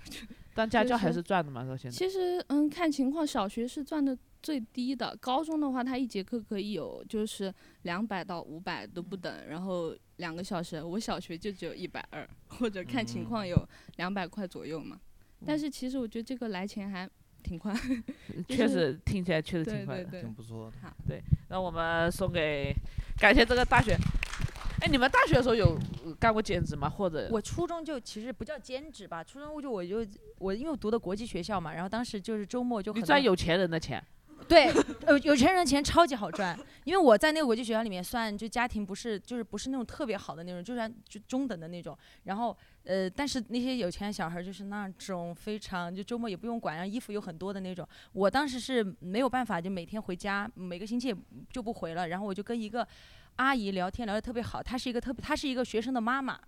S3: 但家
S12: 就
S3: 教还
S12: 是
S3: 是赚的嘛，到现在。
S12: 其实，嗯，看情况，小学是赚的最低的，高中的话，它一节课可以有就是两百到五百都
S3: 嗯
S12: 不等，然后两个小时，我小学就只有一百二，或者看情
S3: 嗯
S12: 况有两百块左右嘛。但是其实我觉得这个来钱还挺快， 就是
S3: 嗯确实听起来确实
S12: 对
S3: 挺快
S12: 对
S3: 的，
S12: 对
S2: 错的。
S3: 对，那我们送给，感谢这个大学。哎，你们大学的时候有呃干过兼职吗？或者
S4: 我初中就其实不叫兼职吧，初中我就我就我因为我读的国际学校嘛，然后当时就是周末就
S3: 你
S4: 很
S3: 赚
S4: 多
S3: 有钱人的钱？
S4: 对，呃，有钱人的钱超级好赚，因为我在那个国际学校里面算就家庭不是就是不是那种特别好的那种，就是就中等的那种。然后呃，但是那些有钱的小孩儿就是那种非常就周末也不用管，然后衣服有很多的那种。我当时是没有办法，就每天回家，每个星期也就不回了。然后我就跟一个阿姨聊天，聊得特别好，她是一个特别，她是一个学生的妈妈。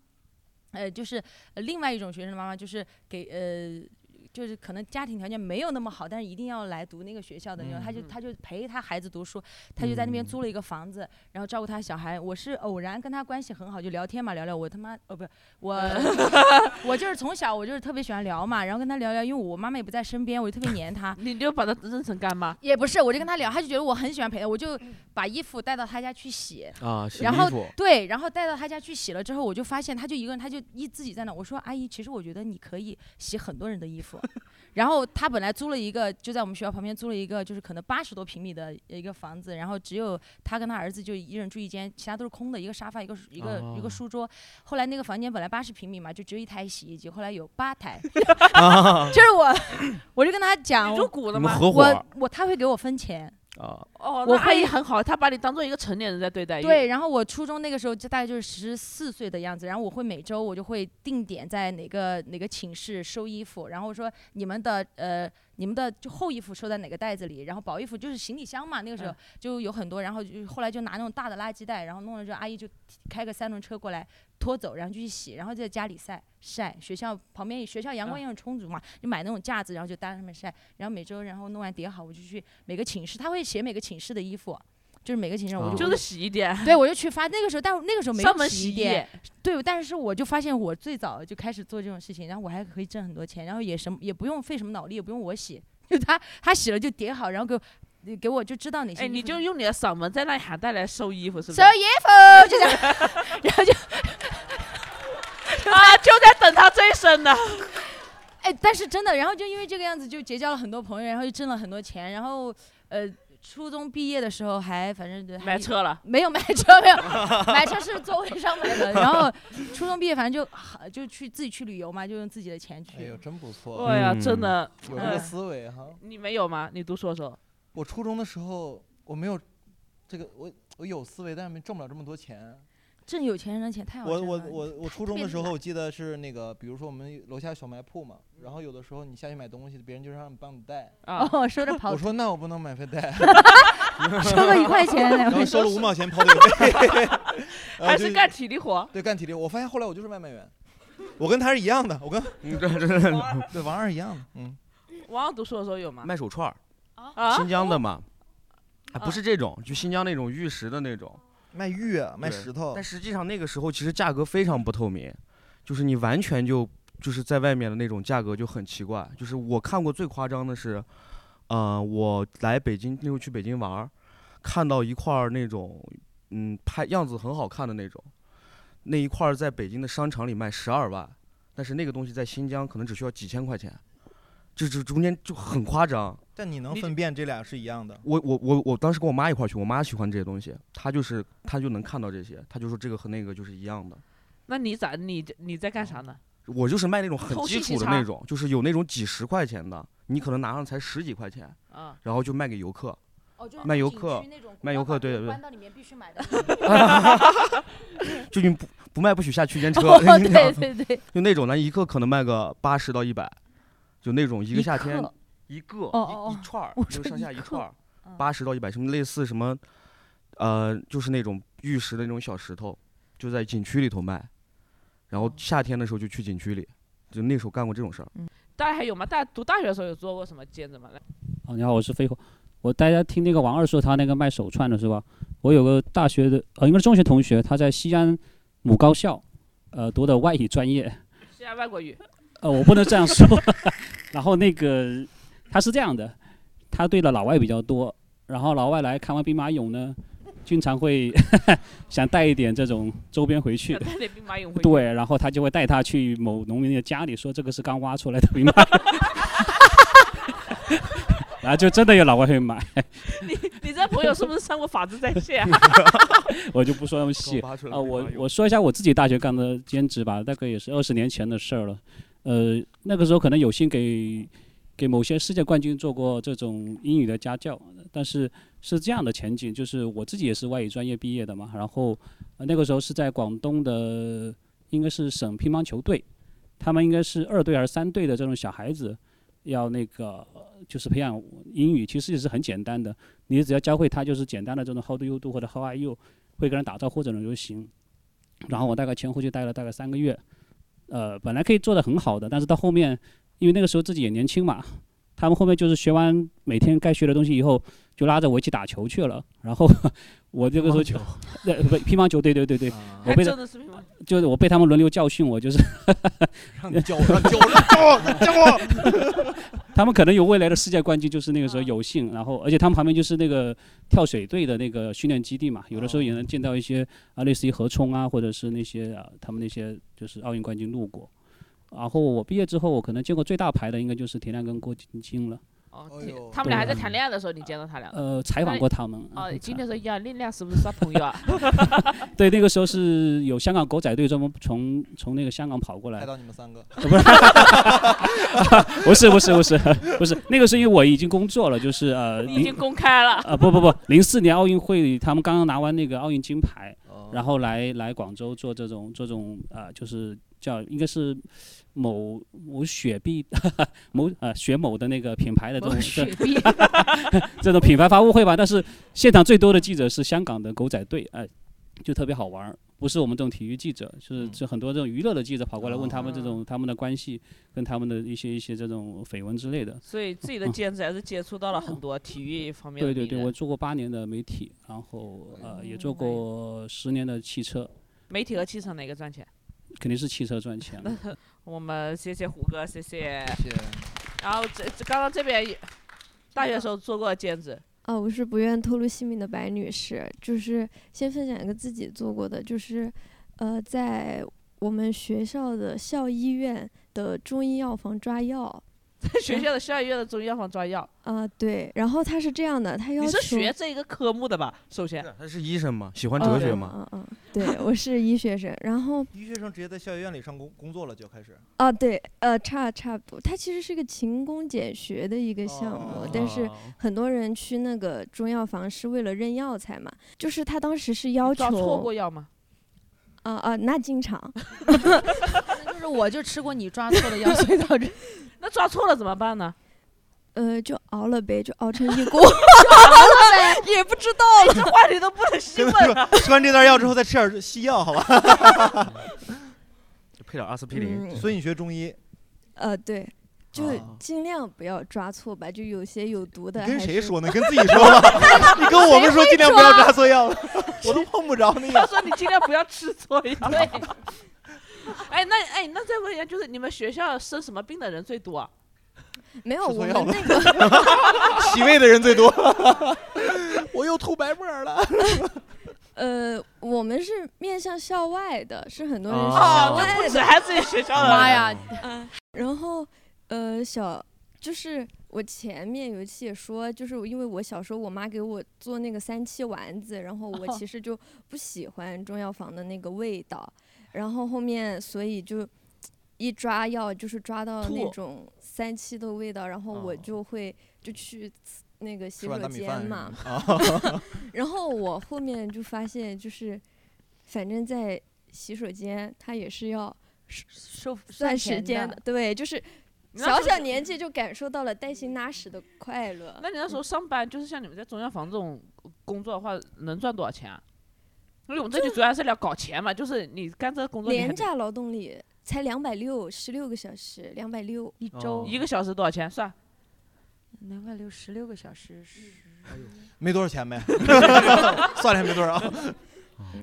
S4: 呃，就是呃另外一种学生的妈妈，就是给呃，就是可能家庭条件没有那么好，但是一定要来读那个学校的那种，他就他就陪他孩子读书，他就在那边
S3: 嗯
S4: 租了一个房子，然后照顾他小孩。我是偶然跟他关系很好，就聊天嘛，聊聊我他妈哦不是 我我就是从小我就是特别喜欢聊嘛，然后跟他聊聊，因为我妈妈也不在身边，我就特别黏他。
S3: 你就把他认成干妈？
S4: 也不是，我就跟他聊，他就觉得我很喜欢陪他，我就把衣服带到他家去洗
S6: 啊洗
S4: 然
S6: 衣
S4: 后
S6: 服
S4: 对，然后带到他家去洗了之后，我就发现他就一个人，他就一自己在那。我说阿姨，其实我觉得你可以洗很多人的 衣服。然后他本来租了一个，就在我们学校旁边租了一个，就是可能八十多平米的一个房子，然后只有他跟他儿子就一人住一间，其他都是空的，一个沙发，一个一个、一个
S6: 哦
S4: 书桌。后来那个房间本来八十平米嘛，就只有一台洗衣机，后来有 八台。
S6: 啊
S4: 就是我，我就跟他讲，
S3: 入股了
S6: 你们
S3: 吗？
S6: 合伙
S4: 我我他会给我分钱。
S6: 啊，
S3: 哦，
S4: 我
S3: 那阿
S4: 会
S3: 姨很好，她把你当做一个成年人在对待。
S4: 对，，然后我初中那个时候就大概就是十四岁的样子，然后我会每周我就会定点在哪个哪个寝室收衣服，然后说你们的呃你们的就厚衣服收在哪个袋子里，然后薄衣服就是行李箱嘛，那个时候
S3: 嗯
S4: 就有很多，然后就后来就拿那种大的垃圾袋，然后弄了之后阿姨就开个三轮车过来拖走，然后就去洗，然后就在家里晒晒，学校旁边学校
S3: 嗯
S4: 阳光也很充足嘛，就买那种架子，然后就搭在上面晒，然后每周然后弄完叠好，我就去每个寝室，他会写每个寝室的衣服。就是每个寝室，
S6: 啊
S4: 我就
S3: 就是洗一点。
S4: 对，我就去发那个时候，但那个时候没
S3: 上
S4: 有
S3: 门
S4: 洗衣
S3: 洗衣
S4: 店
S3: 液，
S4: 对，但是我就发现我最早就开始做这种事情，然后我还可以挣很多钱，然后也什么也不用费什么脑力，也不用我洗，就他他洗了就叠好，然后给我给我就知道哪些
S3: 哎，
S4: 衣服
S3: 你就用你的嗓门在那里喊大家来收衣服，是不
S4: 收
S3: 是？
S4: 衣服 就这样，然后就
S3: 啊，就在等他这一声呢。
S4: 哎，但是真的，然后就因为这个样子就结交了很多朋友，然后就挣了很多钱，然后呃。初中毕业的时候还反正还
S3: 买车了
S4: 没有买车，没有买车是座位上买的。然后初中毕业反正就好就去自己去旅游嘛，就用自己的钱去。
S2: 哎呦，真不错！
S3: 哎呀，真的
S2: 有这个思维哈。
S3: 你没有吗？你读说说。，
S2: 我初中的时候我没有这个，我我有思维，但是没挣不了这么多钱。
S4: 挣有钱人的钱太好
S2: 我
S4: 挣了。
S2: 我我我初
S4: 特
S2: 中
S4: 别
S2: 的时候，
S4: 懒
S2: 我记得是那个，比如说我们楼下小卖铺嘛，然后有的时候你下去买东西，别人就让你帮你带。
S4: 啊哦说着跑，
S2: 我说那我不能买费带
S4: 收个一块钱
S2: 然后收了五毛钱跑腿费
S3: 还是干体力活。
S2: 呃对，干体力活。我发现后来我就是外卖员，我跟他是一样的，我跟对王二一样的，嗯。
S3: 王二读书的时候有吗？
S6: 卖手串儿，
S4: 哦
S3: 啊，
S6: 新疆的嘛，啊
S3: 啊
S6: 不是这种，就新疆那种玉石的那种，
S2: 卖玉啊卖
S6: 对
S2: 石头
S6: 但实际上那个时候其实价格非常不透明，就是你完全就就是在外面的那种价格就很奇怪。就是我看过最夸张的是，呃，我来北京那时候去北京玩儿，看到一块儿那种嗯拍样子很好看的那种，那一块儿在北京的商场里卖十二万，但是那个东西在新疆可能只需要几千块钱，这这中间就很夸张。
S2: 但你能分辨这俩是一样的，
S6: 我我我我当时跟我妈一块儿去，我妈喜欢这些东西，她就是她就能看到这些，她就说这个和那个就是一样的。
S3: 那你咋你你在干啥呢？
S6: 我就是卖那种很
S3: 偷
S6: 基
S3: 信息
S6: 础的
S3: 差
S6: 那种，就是有那种几十块钱的，你可能拿上才十几块钱，
S3: 啊
S6: 然后就卖给游客
S4: 哦就是，
S6: 卖
S4: 那
S6: 游
S4: 景
S6: 客
S4: 区那种，
S6: 卖游客，对对对
S4: 关，到里面必须买的。
S6: 就你不不卖不许下区间车，
S4: 哦
S6: 跟你
S4: 对
S6: 讲
S4: 对对，
S6: 就那种呢，一个可能卖个八十到一百，就那种一个夏天一个
S11: 哦
S6: 一一串儿，就上下一串儿，八十到一百，什么类似什么，呃，就是那种玉石的那种小石头，就在景区里头卖，然后夏天的时候就去景区里，就那时候干过这种事儿。
S3: 大家还有吗？大家读大学的时候有做过什么兼职吗？来，
S1: 哦，你好，我是飞虎。我大家听那个王二说他那个卖手串的是吧？我有个大学的，呃，应该是中学同学，他在西安某高校，呃，读的外语专业。
S3: 西安外国语。
S1: 呃，我不能这样说。 然后那个他是这样的，他对了老外比较多，然后老外来看完兵马俑呢，经常会 想带一点这种周边回去。
S3: 带点兵马俑回去
S1: 对，然后他就会带他去某农民的家里，说这个是刚挖出来的兵马俑。 然后就真的有老外会买，
S3: 你你这朋友是不是上过 法制在线、啊？
S1: 我就不说那么细
S6: 刚挖
S1: 啊
S6: 出来、的兵马
S1: 我
S6: 俑
S1: 我说一下我自己大学干的兼职吧，大概也是二十年前的事儿了。呃，那个时候可能有幸给给某些世界冠军做过这种英语的家教，但是是这样的前景，就是我自己也是外语专业毕业的嘛，然后、呃那个时候是在广东的应该是省乒乓球队，他们应该是二队还是三队的这种小孩子，要那个呃就是培养英语，其实也是很简单的，你只要教会他就是简单的这种 How do you do 或者 How are you，会跟人打招呼这种就行。然后我大概前后就待了大概三个月，呃，本来可以做的很好的，但是到后面，因为那个时候自己也年轻嘛，他们后面就是学完每天该学的东西以后，就拉着我一起打球去了。然后 我这个时候就， 对，不乒乓球，对对对对，我
S3: 还
S1: 被他
S3: 真的是乒乓
S1: 就是我被他们轮流教训我，就是
S2: 让你教我，让你教我，让你教我，教我。
S1: 他们可能有未来的世界冠军，就是那
S3: 啊
S1: 个时候有幸，然后而且他们旁边就是那个跳水队的那个训练基
S3: 哦
S1: 地嘛，有的时候也能见到一些啊，类似于何冲啊，或者是那些啊，他们那些就是奥运冠军路过。然后我毕业之后，我可能见过最大牌的应该就是田亮跟郭晶晶了。
S3: 哦，天他们俩还在
S1: 对
S3: 谈恋爱的时候，你见到他俩了？
S1: 呃采访过他们
S3: 那你哦，今天说呀，你俩是不是啥朋友啊？
S1: 对，那个时候是有香港狗仔队专门从从那个香港跑过来，
S2: 带到你们 三个
S1: 呃不是， 不是，不是，不是，不是，那个是因为我已经工作了，就是呃，
S3: 你已经
S1: 零
S3: 公开了
S2: 啊
S1: 呃，不不不，零四年奥运会他们刚刚拿完那个奥运金牌，
S3: 哦
S1: 然后来来广州做这种这种呃，就是叫应该是某某雪碧 某呃雪某的那个品牌的这
S11: 某
S1: 种
S11: 雪
S1: 这
S11: 碧
S1: 这种品牌发布会吧。但是现场最多的记者是香港的狗仔队，哎、就特别好玩儿。不是我们这种体育记者，就是
S3: 嗯
S1: 就很多这种娱乐的记者跑过来问他
S3: 哦
S1: 们这种他们的关系跟他们的一些一些这种绯闻之类的。
S3: 所以自己的兼职还是接触到了很多体育方面
S1: 对嗯
S3: 的名
S1: 对
S3: 人。嗯
S1: 对，我做过八年的媒体，然后呃也做过十年的汽车，
S3: 媒体和汽车哪个赚钱？
S1: 肯定是汽车赚钱了。
S3: 我们谢谢胡哥，谢谢。然后这这刚刚这边也大学时候做过兼职，
S14: 啊，我是不愿透露姓名的白女士，就是先分享一个自己做过的，就是，呃，在我们学校的校医院的中医药房抓药。
S3: 在学校的校医院的中医药房抓药。
S14: 啊、对，然后他是这样的，他要
S3: 你
S14: 求
S3: 是学这一个科目的吧？首先，
S6: 啊他是医生嘛，喜欢哲学嘛，
S14: 嗯嗯嗯，对，我是医学生，然后
S2: 医学生直接在校医院里上工工作了，就开始。
S14: 啊，对，呃，差差不多，它其实是个勤工俭学的一个项目，但是
S2: 哦
S14: 很多人去那个中药房是为了认药材嘛，就是他当时是要
S3: 找
S14: 求
S3: 错过药吗？
S14: 啊啊，那经常
S4: 就是我就吃过你抓错的药水导致。
S3: 那抓错了怎么 办呢？
S14: 呃，就熬了呗，就熬成一 锅， 也不知道了。
S3: 这话题都不能兴奋了。
S2: 吃完这段药之后再吃点西药，好吧？
S6: 配点阿司匹林。
S2: 所以嗯你学中医，
S14: 呃，对，就是尽量不要抓错吧，就有些有毒的。
S2: 哦跟谁说呢？跟自己说吧。 你跟我们说尽量不要抓错药了，我都碰不着那
S3: 他
S2: 个。
S3: 说你尽量不要吃错药。对。 哎，那哎，那再问一下，就是你们学校生什么病的人最多啊？
S14: 没有，我
S2: 错
S14: 们
S2: 药了
S14: 那个
S2: 洗胃的人最多。 我又吐白沫了。
S14: 呃，我们是面向校外的，是很多人是
S3: 哦
S14: 校
S3: 这不
S14: 外
S3: 止
S14: 的，
S3: 还自己学校的妈呀
S14: 嗯，然后呃，小就是我前面有一期也说，就是因为我小时候我妈给我做那个三七丸子，然后我
S15: 哦
S14: 其实就不喜欢中药房的那个味道，然后后面所以就。一抓药就是抓到
S15: 吐
S14: 那种三七的味道，然后
S3: 哦
S14: 我就会就去那个洗
S15: 吃碗
S14: 手
S15: 大米
S14: 间
S15: 饭
S14: 嘛
S15: 是 吗啊
S14: 然后我后面就发现，就是反正在洗手间，它也是要
S4: 收
S14: 算
S4: 算
S14: 时
S4: 钱
S14: 间
S4: 的
S14: 的，对，就是
S3: 你那
S14: 小
S3: 时
S14: 小
S3: 候
S14: 年纪就感受到了带薪拉屎的快乐。嗯
S3: 那你那时候上班，就是像你们在中药房这种工作的话，能赚多少钱啊？因为我们这就主要是聊搞钱嘛，就是你干这个工作你还
S14: 廉
S3: 得，
S14: 价劳动力才两百六，十六个小时，两百六一
S2: 哦
S3: 一个小时多少钱？算
S15: 两百六十六个小时是。
S2: 没多少钱呗，算了也没多少。
S6: 嗯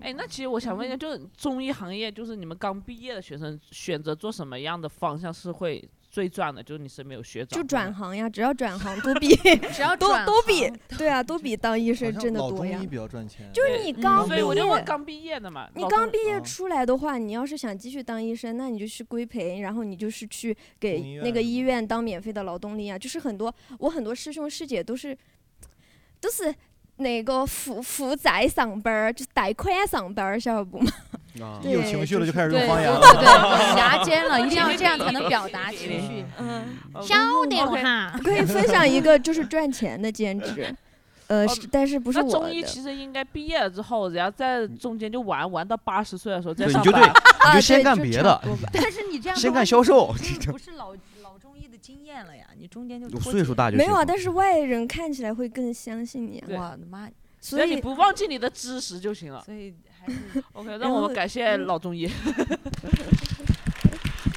S3: 哎，那其实我想问一下，就是中医行业，就是你们刚毕业的学生选择做什么样的方向是会最赚的？就是你身边有学长
S14: 就
S3: 吗，
S14: 转行呀，只要转行都 比
S4: 只要
S14: 都
S4: 转
S14: 都比对啊，都比当医
S2: 好
S14: 生
S2: 像
S14: 真的
S2: 老
S14: 多
S2: 中
S14: 呀
S2: 医。比较赚钱，
S14: 就是
S6: 嗯
S14: 你刚
S3: 嗯所
S14: 毕
S3: 以我就问
S14: 业，
S3: 刚毕业的嘛，
S14: 你
S3: 老
S14: 刚
S3: 中
S14: 毕
S4: 嗯
S14: 业出来的话，你要是想继续当医生，那你就去规培，然后你就是去
S15: 中医
S14: 给
S15: 院
S14: 那个医院当免费的劳动力啊。就是很多我很多师兄师姐都是都是那个负负债上班儿，就是贷款上班儿，晓得不嘛？
S2: 啊
S14: 对
S2: 有情绪了就开始
S14: 对
S2: 用方言了。
S14: 对
S4: 对牙尖了，一定要这样才能表达情绪。
S14: 嗯，
S4: 哦小点哈，
S14: 可以分享一个就是赚钱的兼职，呃，
S4: 哦
S14: 是但是不是
S3: 那
S14: 我
S3: 中医
S14: 的
S3: 其实应该毕业了之后，然后在中间就玩玩到八十岁的时候再
S6: 嗯对
S3: 上
S6: 你就
S3: 班。
S6: 对你就
S14: 啊
S6: 先干别的
S4: 但是你这样
S6: 先干销售
S4: 不是老老中医的经验了呀，你中间就
S6: 有岁数大就
S14: 没
S6: 行。
S14: 有啊，但是外人看起来会更相信你啊。
S3: 对
S14: 我的妈！
S3: 只
S14: 所
S3: 要你
S14: 以
S3: 不忘记你的知识就行了。
S4: 所 以还是
S3: OK，那
S14: 然
S3: 我
S14: 后
S3: 们感谢
S14: 嗯
S3: 老中医。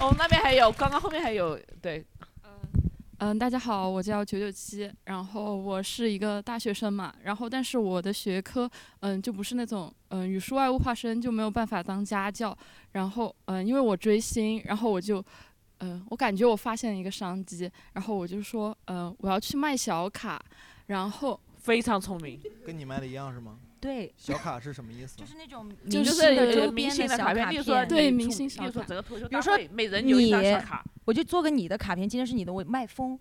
S3: 哦，那边还有，刚刚后面还有，对，
S15: 嗯，大家好，我叫九九七，然后我是一个大学生嘛，然后但是我的学科，嗯，就不是那种，嗯，语数外物化生就没有办法当家教，然后，嗯，因为我追星，然后我就，嗯，我感觉我发现了一个商机，然后我就说，嗯，我要去卖小卡，然后
S3: 非常聪明，
S2: 跟你卖的一样是吗？
S4: 对
S2: 小卡是什么意思？就是
S4: 那种
S15: 就
S3: 就是是
S15: 有
S3: 呃
S15: 周
S3: 明
S15: 边
S3: 星
S15: 的
S3: 的
S15: 小
S3: 卡片，
S15: 卡
S3: 例如说
S15: 片对
S3: 你
S15: 明
S3: 出
S15: 星
S3: 例如
S15: 小
S3: 说
S15: 卡
S3: 整个脱口秀
S4: 比
S3: 大
S4: 如说
S3: 会，每人有一张小卡。
S4: 我就做个你的卡片，今天是你的，我卖疯。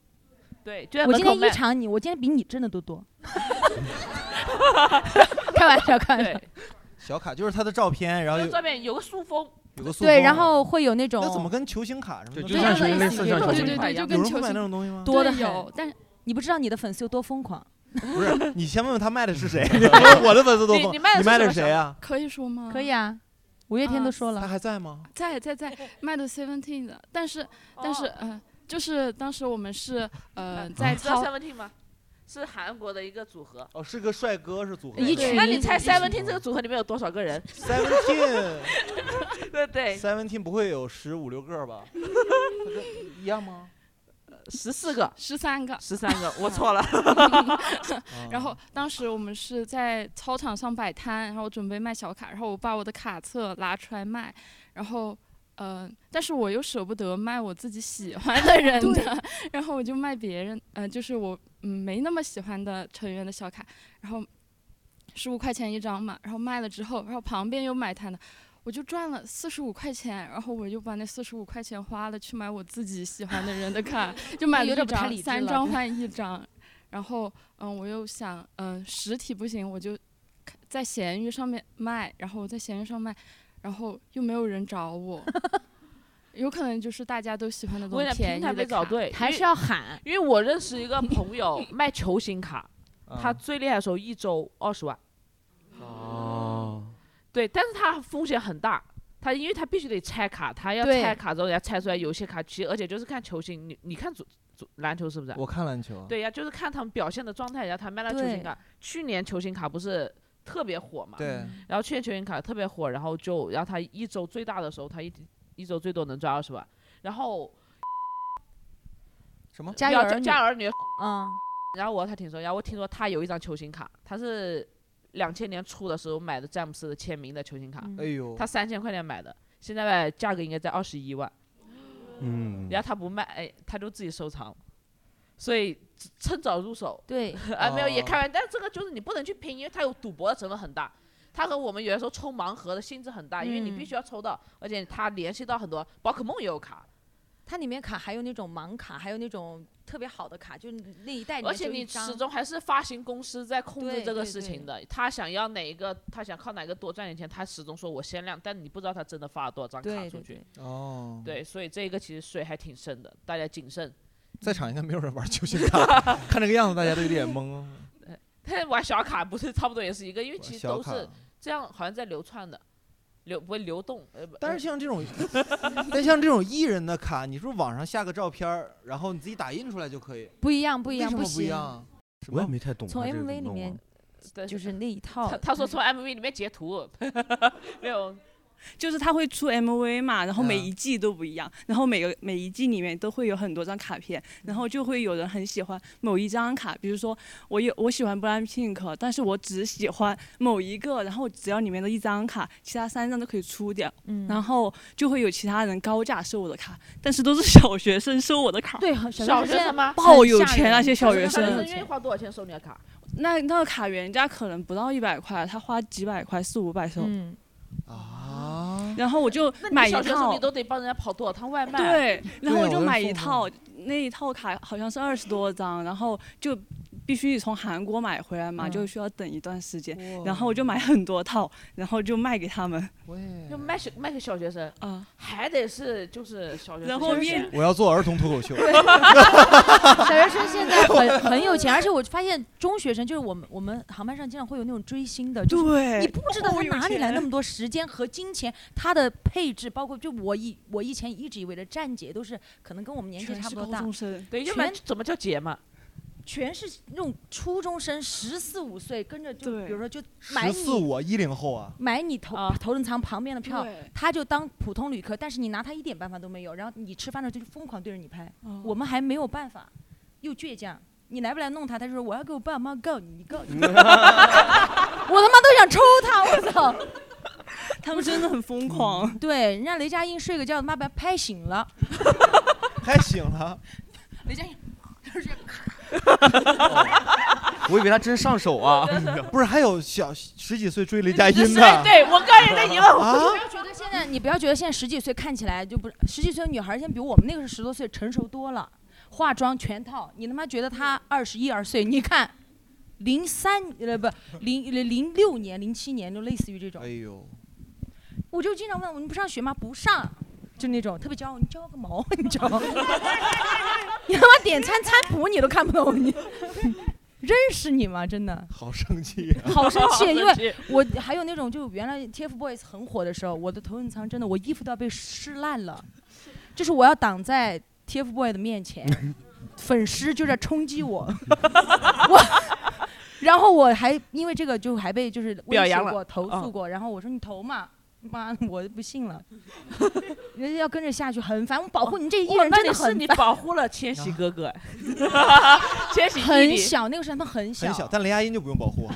S3: 对，就在
S4: 我
S3: 门
S4: 今
S3: 口
S4: 天
S3: 卖
S4: 异常你，我今天比你挣的都多。开玩笑，开玩笑。
S2: 小卡就是他的照片，然后
S3: 就
S2: 有
S3: 照片有个塑封，
S2: 有个塑
S4: 对，
S2: 封
S4: 然后会有那种
S2: 啊那怎么跟球星卡什么的？
S4: 就像是类似像球
S15: 对对对，就
S2: 有
S15: 跟
S2: 人
S15: 球
S2: 会买
S15: 星
S2: 那种东西吗？
S4: 多的
S15: 对有，但是
S4: 你不知道你的粉丝有多疯狂。
S2: 不是，你先问问他卖的是谁？你说我的粉丝多疯，
S15: 你卖的是
S2: 卖
S15: 什
S2: 的
S15: 么
S2: 谁啊？
S15: 可以说吗？
S4: 可以啊，五月天都说了。他
S2: 还在吗？
S15: 在在 在卖的 Seventeen 的，但是
S3: 哦
S15: 但是呃，就是当时我们是呃在
S3: 嗯你知道
S15: 操
S3: Seventeen 吗？是韩国的一个组合。
S2: 哦，是个帅哥是组合。
S3: 对那你猜 Seventeen 这个组合里面有多少个人
S2: Seventeen
S3: 对对
S2: Seventeen 不会有十五六个吧？一样吗？
S3: 十四个，
S15: 十三个，
S3: 十三个，
S15: 啊
S3: 哦我错了。
S15: 然后当时我们是在操场上摆摊，然后准备卖小卡，然后我把我的卡册拿出来卖，然后。呃，但是我又舍不得卖我自己喜欢的人的， 然后我就卖别人，呃，就是我嗯没那么喜欢的成员的小卡，然后十五块钱一张嘛，然后卖了之后，然后旁边有买摊的，我就赚了四十五块钱，然后我就把那四十五块钱花了去买我自己喜欢的人的 卡，就买了
S4: 有
S15: 一
S4: 点不太
S15: 张，
S4: 理智
S15: 三
S4: 了
S15: 张换一张，然后嗯，我又想嗯实体不行，我就看在闲鱼上面卖，然后我在闲鱼上卖，然后又没有人找 我。有可能就是大家都喜欢那
S3: 我
S15: 种
S3: 跟你讲，
S15: 便宜
S3: 平台没
S15: 的
S3: 找
S15: 卡，
S3: 对，因为。因为我认识 一个朋友卖球星卡，他
S2: 嗯
S3: 最厉害的时候一周二十万。
S6: 哦，
S3: 对，但是他风险很大，他因为他必须得拆卡，他要
S9: 对
S3: 拆卡之后要拆出来有些卡其实而且就是看球星，你你看足足篮球是不是？
S2: 我看篮球啊
S3: 对呀、就是看他们表现的状态，然后他卖了球星卡。去年球星卡不是特别火嘛？
S2: 对
S3: 然后去年球星卡特别火，然后就然后他一周最大的时候，他一一周最多能赚二十万，然后
S2: 什么
S3: 家有儿家有儿女，
S4: 嗯。
S3: 然后我他听说，然后我听说他有一张球星卡，他是两千年初的时候买的詹姆斯的签名的球星卡，
S2: 哎呦
S3: 他三千块钱买的，现在价格应该在二十一万，
S6: 嗯，
S3: 然后他不卖，哎，他就自己收藏，所以趁早入手。
S4: 对，
S3: 啊，没有也
S4: 哦
S3: 开玩，但这个就是你不能去拼，因为它有赌博的成分很大。它和我们有的时候抽盲盒的性质很
S4: 嗯
S3: 大，因为你必须要抽到，而且它联系到很多宝可梦也有卡，
S4: 它里面卡还有那种盲卡，还有那种特别好的 卡，就是那一代里
S3: 而
S4: 面
S3: 且
S4: 就
S3: 你
S4: 一张
S3: 始终还是发行公司在控制
S4: 对
S3: 这个
S4: 对
S3: 事情
S4: 对
S3: 的。他想要哪一个，他想靠哪个多赚点钱，他始终说我限量，但你不知道他真的发了多少张
S4: 对
S3: 卡
S4: 对
S3: 出去。
S2: 哦，
S3: 对，所以这个其实水还挺深的，大家谨慎。
S2: 在场应该没有人玩球星卡， 看这个样子大家都有点懵。啊
S3: 但 玩小卡不是差不多也是一个，因为其实
S2: 小
S3: 都
S2: 卡
S3: 是这样，好像在流窜的，流不会流动。呃，不
S2: 但是像 这种，但 像这种艺人的卡，你是不是网上下个照片儿，然后你自己打印出来就可以？
S4: 不一样，不一样，
S2: 为什么不
S4: 行。
S2: 一
S6: 啊
S2: 样？
S6: 我也没太懂
S4: 从
S6: 他这个
S4: MV 里
S6: 弄
S4: 面
S6: 啊，
S4: 就是那一套
S3: 他。他说从 MV 里面截图，没有
S5: 就是他会出 MV 嘛，然后
S3: 嗯
S5: 每一季都不一样，然后每个每一季里面都会有很多张卡片，
S3: 嗯
S5: 然后就会有人很喜欢某一张卡，比如说我有我喜欢 BLACKPINK，但是我只喜欢某一个，然后只要里面的一张卡，其他三张都可以出掉，
S4: 嗯
S5: 然后就会有其他人高价收我的卡， 但是都是小学生收我的卡，
S4: 对，
S3: 小学生吗？
S5: 爆有钱那些小学
S3: 小
S5: 生，
S3: 愿意花多少钱收你的卡？
S5: 那那个卡原价可能不到一百块，他花几百块，四五百收。
S2: 啊。
S5: 然后我就
S3: 嗯那
S5: 买
S3: 你
S5: 一
S3: 小学生
S5: 套
S3: 你，都啊得帮人家跑多少趟外卖？
S5: 对，然后我就买一套，那一套卡好像是二十多张，然后就必须从韩国买回来嘛，
S3: 嗯
S5: 就需要等一段时间，
S3: 哇
S5: 然后我就买很多套，然后就卖给他们。
S3: 就卖小卖给小学生
S5: 啊，
S3: 还得是就是小学生。
S5: 然后面
S2: 我要做儿童脱口秀。
S4: 小学生现在很很有钱，而且我发现中学生就是我们我们航班上经常会有那种追星的，就是
S5: 对
S4: 你不知道
S5: 好
S4: 他
S5: 有
S4: 哪里来那
S5: 钱
S4: 么多时间和金钱，他的配置包括就我以我以前一直以为的站姐都是可能跟我们年纪
S5: 全
S4: 差
S5: 是
S4: 不多
S5: 高
S4: 大
S5: 中生，
S3: 对，要不然
S4: 全
S3: 怎么叫姐嘛？
S4: 全是那种初中生十四五岁跟着就比如说就买
S2: 十
S4: 你
S2: 四五一零后啊，
S4: 买你头、头等舱旁边的票
S2: 对，
S4: 他就当普通旅客，但是你拿他一点办法都没有。然后你吃饭的时候就疯狂对着你拍，
S5: 哦
S4: 我们还没有办法，又倔强。你来不来弄他？他就说我要给我爸妈告你，你告 你，我他妈都想抽他！我操，
S5: 他们真的很疯狂。
S4: 对，人家雷佳音睡个觉，他妈把他拍醒了。
S2: 还醒了。
S4: 雷佳音，
S6: 我以为他真上手 啊，
S2: 不是还有小十几岁追雷佳音
S4: 对
S2: 的？
S4: 对我刚也在疑问
S2: 啊
S4: 我不要觉得现在你不要觉得现在十几岁看起来就不是十几岁的女孩，现在比我们那个是十多岁成熟多了，化妆全套。你他妈觉得她二十一二岁？你看，零三呃不零零六年零七年就类似于这种。
S2: 哎呦，
S4: 我就经常问我你不上学吗？不上，就那种特别骄傲，你骄傲个毛，你骄傲。 你他妈点餐餐谱你都看不懂，你 认识你吗？真的。
S2: 好生气、 啊！
S4: 好生气，因为我还有那种就原来 TFBOYS 很火的时候，我的头等舱真的我衣服都要被湿烂了，就是我要挡在 TFBOYS 的面 前，粉丝就在冲击我， 我，然后我还因为这个就还被就是
S3: 表
S4: 威胁
S3: 扬
S4: 过
S3: 了
S4: 投诉
S3: 嗯
S4: 过，然后我说你投嘛。妈，我不信了， 人家要跟着下去很烦。我保护你这一
S3: 哇
S4: 人
S3: 哦那
S4: 真
S3: 你
S4: 的
S3: 是
S4: 很
S3: 你
S4: 烦
S3: 保护了千玺哥 哥， 千玺弟弟
S4: 很小，那个时候他们很小，
S2: 很小，但雷佳音就不用保护啊。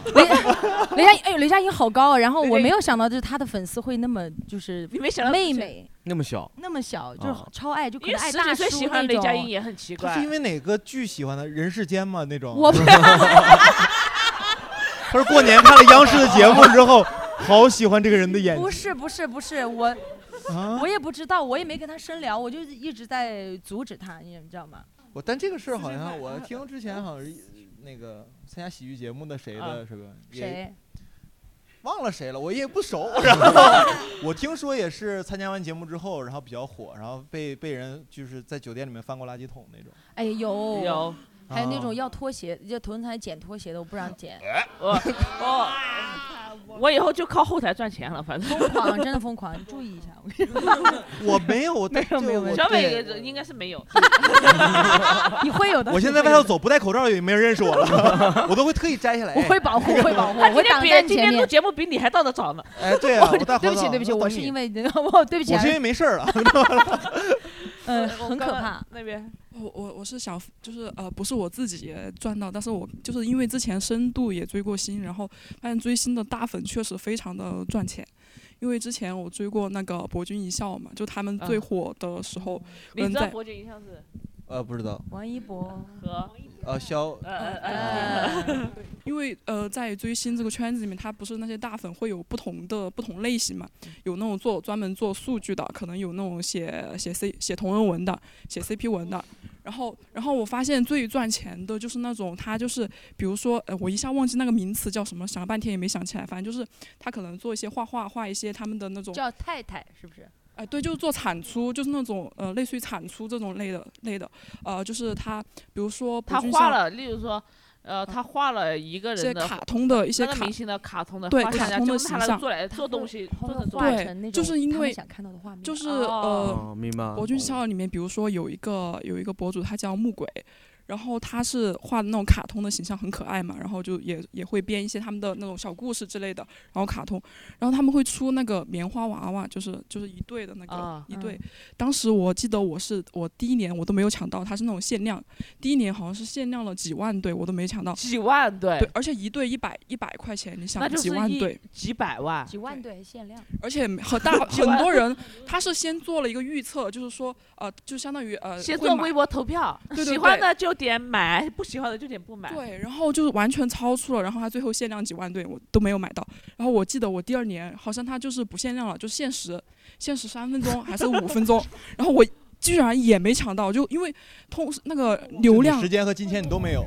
S4: 雷佳音，哎呦，雷佳音好高啊！然后我没有想到，就是他的粉丝会那么，就是
S3: 你没想到
S4: 妹妹
S6: 那么小，
S4: 那么小，就是
S2: 啊
S4: 超爱，就可
S3: 因
S4: 能
S3: 为
S4: 爱
S3: 十
S4: 大
S3: 几
S4: 叔
S3: 岁喜欢
S4: 那
S3: 雷
S4: 种
S3: 佳音也很奇
S2: 他
S3: 怪
S2: 是。因为哪个剧喜欢的？人世间吗？那种？
S4: 我
S2: 他是过年看了央视的节目之后，好喜欢这个人的演技。
S4: 不是不是不是 我，啊我也不知道，我也没跟他深聊，我就一直在阻止他，你知道吗？
S2: 我但这个事儿好像我听之前好像是那个参加喜剧节目的谁的
S4: 啊
S2: 是吧？也
S4: 谁？
S2: 忘了谁了，我也不熟。 然后我听说也是参加完节目之后，然后比较火，然后被被人就是在酒店里面翻过垃圾桶那种。
S4: 哎有
S3: 有，
S4: 还有那种要拖鞋，要头轮胎捡拖鞋的，我不让捡。
S3: 我我哎哦我以后就靠后台赚钱了，反正
S4: 疯狂，啊真的疯狂，你注意一下。我跟你说
S2: 我没有，我
S3: 没有没有
S2: 我
S3: 小
S2: 对
S3: 伟应该是没有。
S4: 你会有 的。
S2: 我现在外头走不戴口罩也没人认识我 了，我都会特意摘下来。
S4: 我会 保护，我会保护，
S3: 他
S4: 我
S3: 今
S4: 会挡在
S3: 天别
S4: 你
S3: 今
S4: 前
S3: 天录
S4: 面。
S3: 节目比你还到的早呢。
S2: 哎，对啊，
S4: 我
S2: 我大
S4: 对
S2: 黄
S4: 不起，
S2: 道
S4: 对不起，
S2: 那
S4: 我
S2: 等
S4: 是
S2: 你
S4: 因为 我对不起啊，
S2: 我是因为没事儿了。
S4: 嗯，
S3: 我
S4: 很
S3: 刚
S4: 可
S3: 刚
S4: 怕。
S3: 那边
S8: 我我我是想，就是呃，不是我自己赚到，但是我就是因为之前深度也追过星，然后发现追星的大粉确实非常的赚钱。因为之前我追过那个博君一笑嘛，就他们最
S3: 嗯
S8: 火的时候，
S3: 你
S8: 嗯
S3: 知道
S8: 在
S3: 伯爵影像是
S2: 呃，不知道，
S4: 王一博
S3: 和
S2: 呃，肖
S3: 呃
S4: 嗯
S3: 呃呃，
S8: 因为呃，在追星这个圈子里面，它不是那些大粉会有不同的不同类型嘛，有那种做专门做数据的，可能有那种写写 C 写同人文的，写 CP 文的。然后，然后我发现最赚钱的就是那种他就是，比如说，呃，我一下忘记那个名词叫什么，想了半天也没想起来。反正就是他可能做一些画画，画一些他们的那种
S4: 叫太太是不是？
S8: 哎，对，就是做产出，就是那种呃，类似于产出这种类的类的，呃，就是他，比如说
S3: 他
S8: 不
S3: 画了，例如说，呃，他画了一个
S8: 这些
S3: 人的
S8: 卡通的一些
S3: 那个
S8: 卡
S3: 明星的卡通的
S8: 对
S3: 画下
S8: 卡
S3: 来
S8: 通的
S3: 就拿
S8: 形
S3: 来
S8: 象
S3: 做来做东西，做成作品
S8: 对，就是因为就是
S6: 哦
S8: 呃，
S6: 明白
S8: 博君笑里面，比如说有一个有一个博主，他叫木鬼，然后他是画的那种卡通的形象，很可爱嘛，然后就也也会编一些他们的那种小故事之类的，然后卡通，然后他们会出那个棉花娃娃，就是就是一对的那个、
S3: 啊
S8: 一对
S3: 嗯。
S8: 当时我记得我是我第一年我都没有抢到，它是那种限量，第一年好像是限量了几万对，我都没抢到。
S3: 几万对，
S8: 对，而且一对一百一百块钱，你想
S3: 那就是
S8: 几万
S3: 一
S8: 对，
S3: 几百
S8: 啊
S3: 万，
S4: 几万对限量。
S8: 而且很 大
S3: 几万
S8: 很多人，他是先做了一个预测，就是说，呃，就相当于呃，
S3: 先
S8: 会
S3: 做
S8: 买
S3: 微博投票，
S8: 对对对
S3: 喜欢的就点买，不喜欢的就点不买。
S8: 对，然后就是完全超出了，然后他最后限量几万对我都没有买到。然后我记得我第二年好像他就是不限量了，就限时，限时三分钟还是五分 钟，然后我居然也没抢到，就因为通那个流量
S2: 时间和金钱你都没有，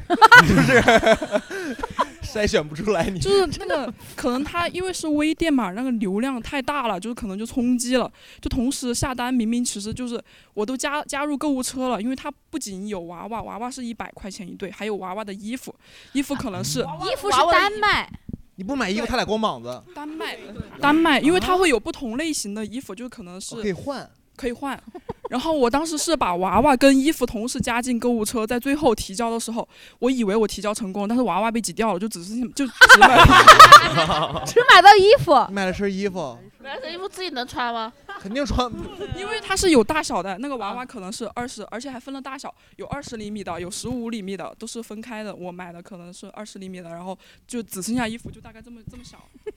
S2: 就是筛选不出哎来你。
S8: 就是那个可能它因为是微店嘛，那个流量太大了，就是可能就冲击了。就同时下单，明明其实就是我都加加入购物车了，因为它不仅有娃娃，娃娃是一百块钱一对，还有娃娃的衣服，衣服可能是
S4: 衣服是单卖，
S2: 你不买衣服，他俩光膀子。
S8: 单卖，单卖，因为
S4: 啊
S8: 它会有不同类型的衣服，就可能是
S2: 啊哦可以换，
S8: 可以换。然后我当时是把娃娃跟衣服同时加进购物车，在最后提交的时候，我以为我提交成功，但是娃娃被挤掉了，就只是就只买 了
S2: 啊
S4: 只买到衣服，
S2: 买了身衣服，
S3: 买这衣服自己能穿吗？
S2: 肯定穿。
S8: 因为它是有大小的，那个娃娃可能是二十，而且还分了大小，有二十厘米的，有十五厘米的，都是分开的。我买的可能是二十厘米的，然后就只剩下衣服，就大概这么这么 小，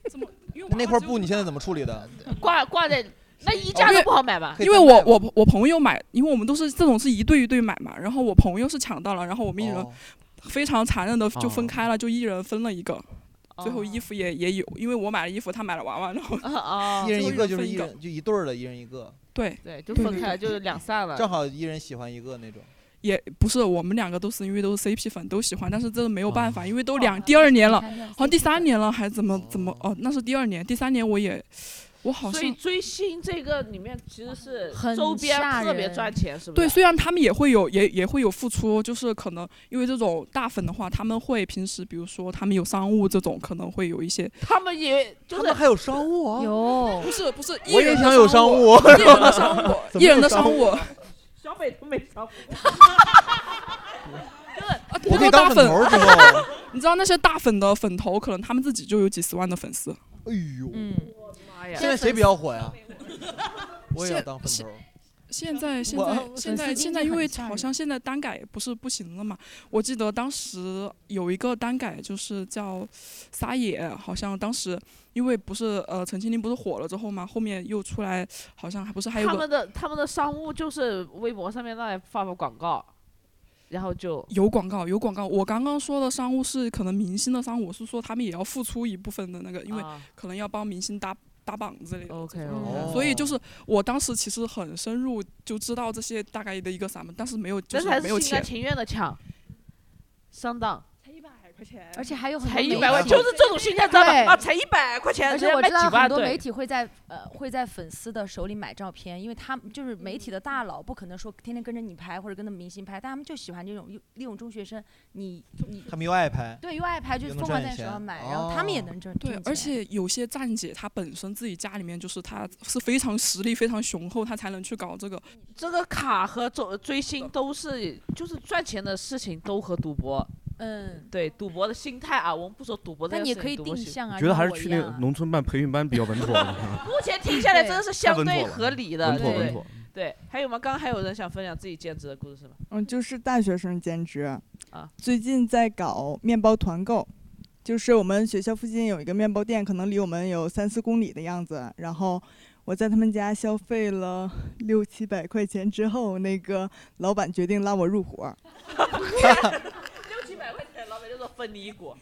S8: 这么因为
S2: 那块布你现在怎么处理的？哦
S3: 挂挂在那衣架都不好买吧？
S8: 哦因为我我我朋友买，因为我们都是这种是一对一对买嘛，然后我朋友是抢到了，然后我们一人
S2: 哦
S8: 非常残忍的就分开了，就一人分了一个。
S3: 哦
S8: 最后衣服也也有，因为我买了衣服，他买了娃娃，然后
S2: 一人一个
S8: 最
S2: 就
S8: 后
S2: 是
S8: 一
S2: 一
S8: 人分
S2: 人就一对儿的，一人一个，
S8: 对
S3: 哦对，就分开了，就是两散了。
S2: 正好一人喜欢一个那种。
S8: 也不是，我们两个都是因为都是 CP 粉，都喜欢，但是这个没有办
S2: 哦
S8: 法，因为
S3: 哦
S8: 都两第二年了，好像第三年了，还怎么怎么哦，那是第二年，第三年我也，我好
S3: 所以
S8: 像
S3: 追星这个里面其实是
S4: 很
S3: 周边
S4: 吓
S3: 特别
S4: 人
S3: 赚钱，是不是？
S8: 对，虽然他们也会有也也会有付出，就是可能因为这种大粉的话，他们会平时比如说他们有商务这种，可能会有一些
S3: 他们也就是
S2: 还有商务啊，
S4: 有
S8: 不是不是，
S2: 我也想有商务
S8: 务，一人的商
S2: 怎么有
S8: 一人的
S2: 商
S8: 商务
S2: 务，啊
S3: 小北都没少。
S2: 我可以
S8: 啊大
S2: 当
S8: 粉
S2: 粉头 儿之后，
S8: 你知道那些大粉的粉头，可能他们自己就有几十万的粉丝。
S2: 哎呦，
S4: 嗯
S3: 妈
S2: 现在谁比较火呀？我也要当粉头儿。
S8: 现在现
S2: 哇
S8: 在
S2: 粉
S8: 现
S2: 丝
S8: 在
S2: 经
S8: 现
S2: 济
S8: 在，因
S2: 很
S8: 为
S2: 吓
S8: 好
S2: 人
S8: 像现在单改不是不行了嘛。我记得当时有一个单改就是叫撒野，好像当时因为不是呃陈情令不是火了之后嘛，后面又出来好像还不是还有
S3: 他们
S8: 个
S3: 的他们的商务就是微博上面那里发发广告，然后就
S8: 有广告有广告。我刚刚说的商务是可能明星的商务，我是说他们也要付出一部分的那个，因为
S3: 啊
S8: 可能要帮明星搭。搭榜之类的
S3: OK，
S2: 哦
S8: 所以就是我当时其实很深入就知道这些大概的一个什么，但是没有就
S3: 但
S8: 是
S3: 是还
S8: 没
S3: 是
S8: 有
S3: 心甘
S8: 钱，
S3: 情愿的抢，上当。
S5: 块钱，
S4: 而且还有很多
S3: 才
S4: 媒
S3: 100块
S4: 体
S3: 就是这种心态知道吧
S4: 对
S3: 啊才100块钱
S4: 而
S3: 人
S4: 且
S3: 家
S4: 我
S3: 买
S4: 知道
S3: 几万
S4: 很多
S3: 对
S4: 媒体会在呃会在粉丝的手里买照片，因为他们就是媒
S3: 嗯
S4: 体的大佬，不可能说天天跟着你拍或者跟着明星拍，但他们就喜欢这种利用中学生，你你
S2: 他们又爱拍
S4: 对，又爱拍，就
S2: 又能
S4: 是疯狂
S2: 赚点
S4: 在手
S2: 钱
S4: 上买，然
S3: 哦
S4: 后他们也能挣
S8: 对
S4: 挣，
S8: 而
S4: 钱
S8: 且有些站姐她本身自己家里面就是她是非常实力非常雄厚，她才能去搞这个。
S3: 这个卡和走追星都是就是赚钱的事情，都和赌博。
S4: 嗯，
S3: 对，赌博的心态啊，我们不说赌博这
S4: 那
S3: 个
S4: 你
S3: 事
S4: 可
S3: 情
S4: 以
S3: 赌博
S4: 定
S3: 心
S4: 向啊
S6: 觉得
S4: 像
S6: 还是
S4: 我
S6: 去
S4: 一
S6: 那
S4: 样
S6: 个农村办培训班比较稳妥。
S3: 目前听下来真的是相对合理的，
S6: 稳妥
S3: 对
S6: 稳
S3: 对
S6: 妥
S3: 对。还有吗？刚刚还有人想分享自己兼职的故事是吗？
S18: 嗯，就是大学生兼职
S3: 啊，
S18: 最近在搞面包团购，就是我们学校附近有一个面包店，可能离我们有三四公里的样子。然后我在他们家消费了六七百块钱之后，那个老板决定拉我入伙。
S3: 六七百块钱，老板就说分你一股。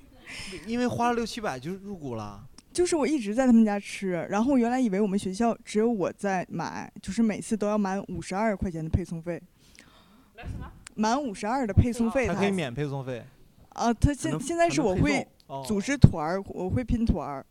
S2: 因为花了六七百就入股了。
S18: 就是我一直在他们家吃，然后我原来以为我们学校只有我在买，就是每次都要满五十二块钱的配送费。满五十二的配送费，
S2: 还可以免配送费。
S18: 啊，他
S2: 还
S18: 现
S2: 能
S18: 现在
S2: 还
S18: 是
S2: 能
S18: 我
S2: 配
S18: 会
S2: 送哦
S18: 组织团儿，我会拼团儿，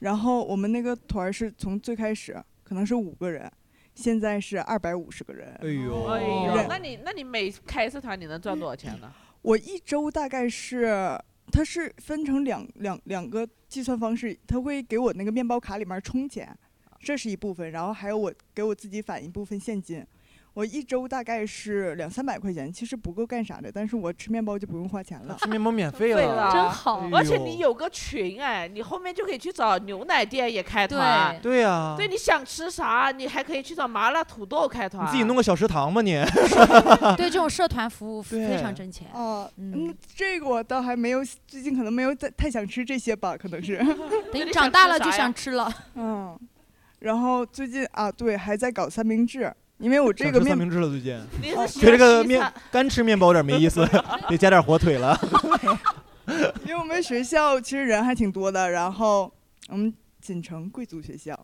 S18: 然后我们那个团儿是从最开始可能是五个人，现在是二百五十个人。
S2: 哎呦
S3: 哎
S6: 哦
S3: 呦，
S18: 人
S3: 那你那你每开一次团你能赚多少钱呢？
S18: 我一周大概是，它是分成两两两个计算方式，它会给我那个面包卡里面充钱，这是一部分，然后还有我给我自己返一部分现金。我一周大概是两三百块钱，其实不够干啥的，但是我吃面包就不用花钱了。
S2: 吃面包免费
S3: 对了，
S2: 哎
S3: 而且
S2: 呦
S3: 你有个群哎，你后面就可以去找牛奶店也开团。
S2: 对对啊
S3: 对，你想吃啥，你还可以去找麻辣土豆开
S2: 你
S3: 团。
S2: 自 己弄个小食堂吧你。
S4: 对这种社团服务非常
S18: 对
S4: 挣钱。
S18: 哦，嗯，这个我倒还没有，最近可能没有太太想吃这些吧，可能是。
S4: 等你长大了就想吃了。
S18: 嗯，然后最近啊，对，还在搞三明治，因为我这
S2: 想
S18: 个
S2: 吃
S18: 面
S2: 三明治了最近
S3: 你，
S18: 是
S2: 啊觉得这个
S18: 西餐
S2: 面干吃面包有点没意思，得加点火腿 了。
S18: 因为我们学校其实人还挺多的，然后我们锦城贵族学校，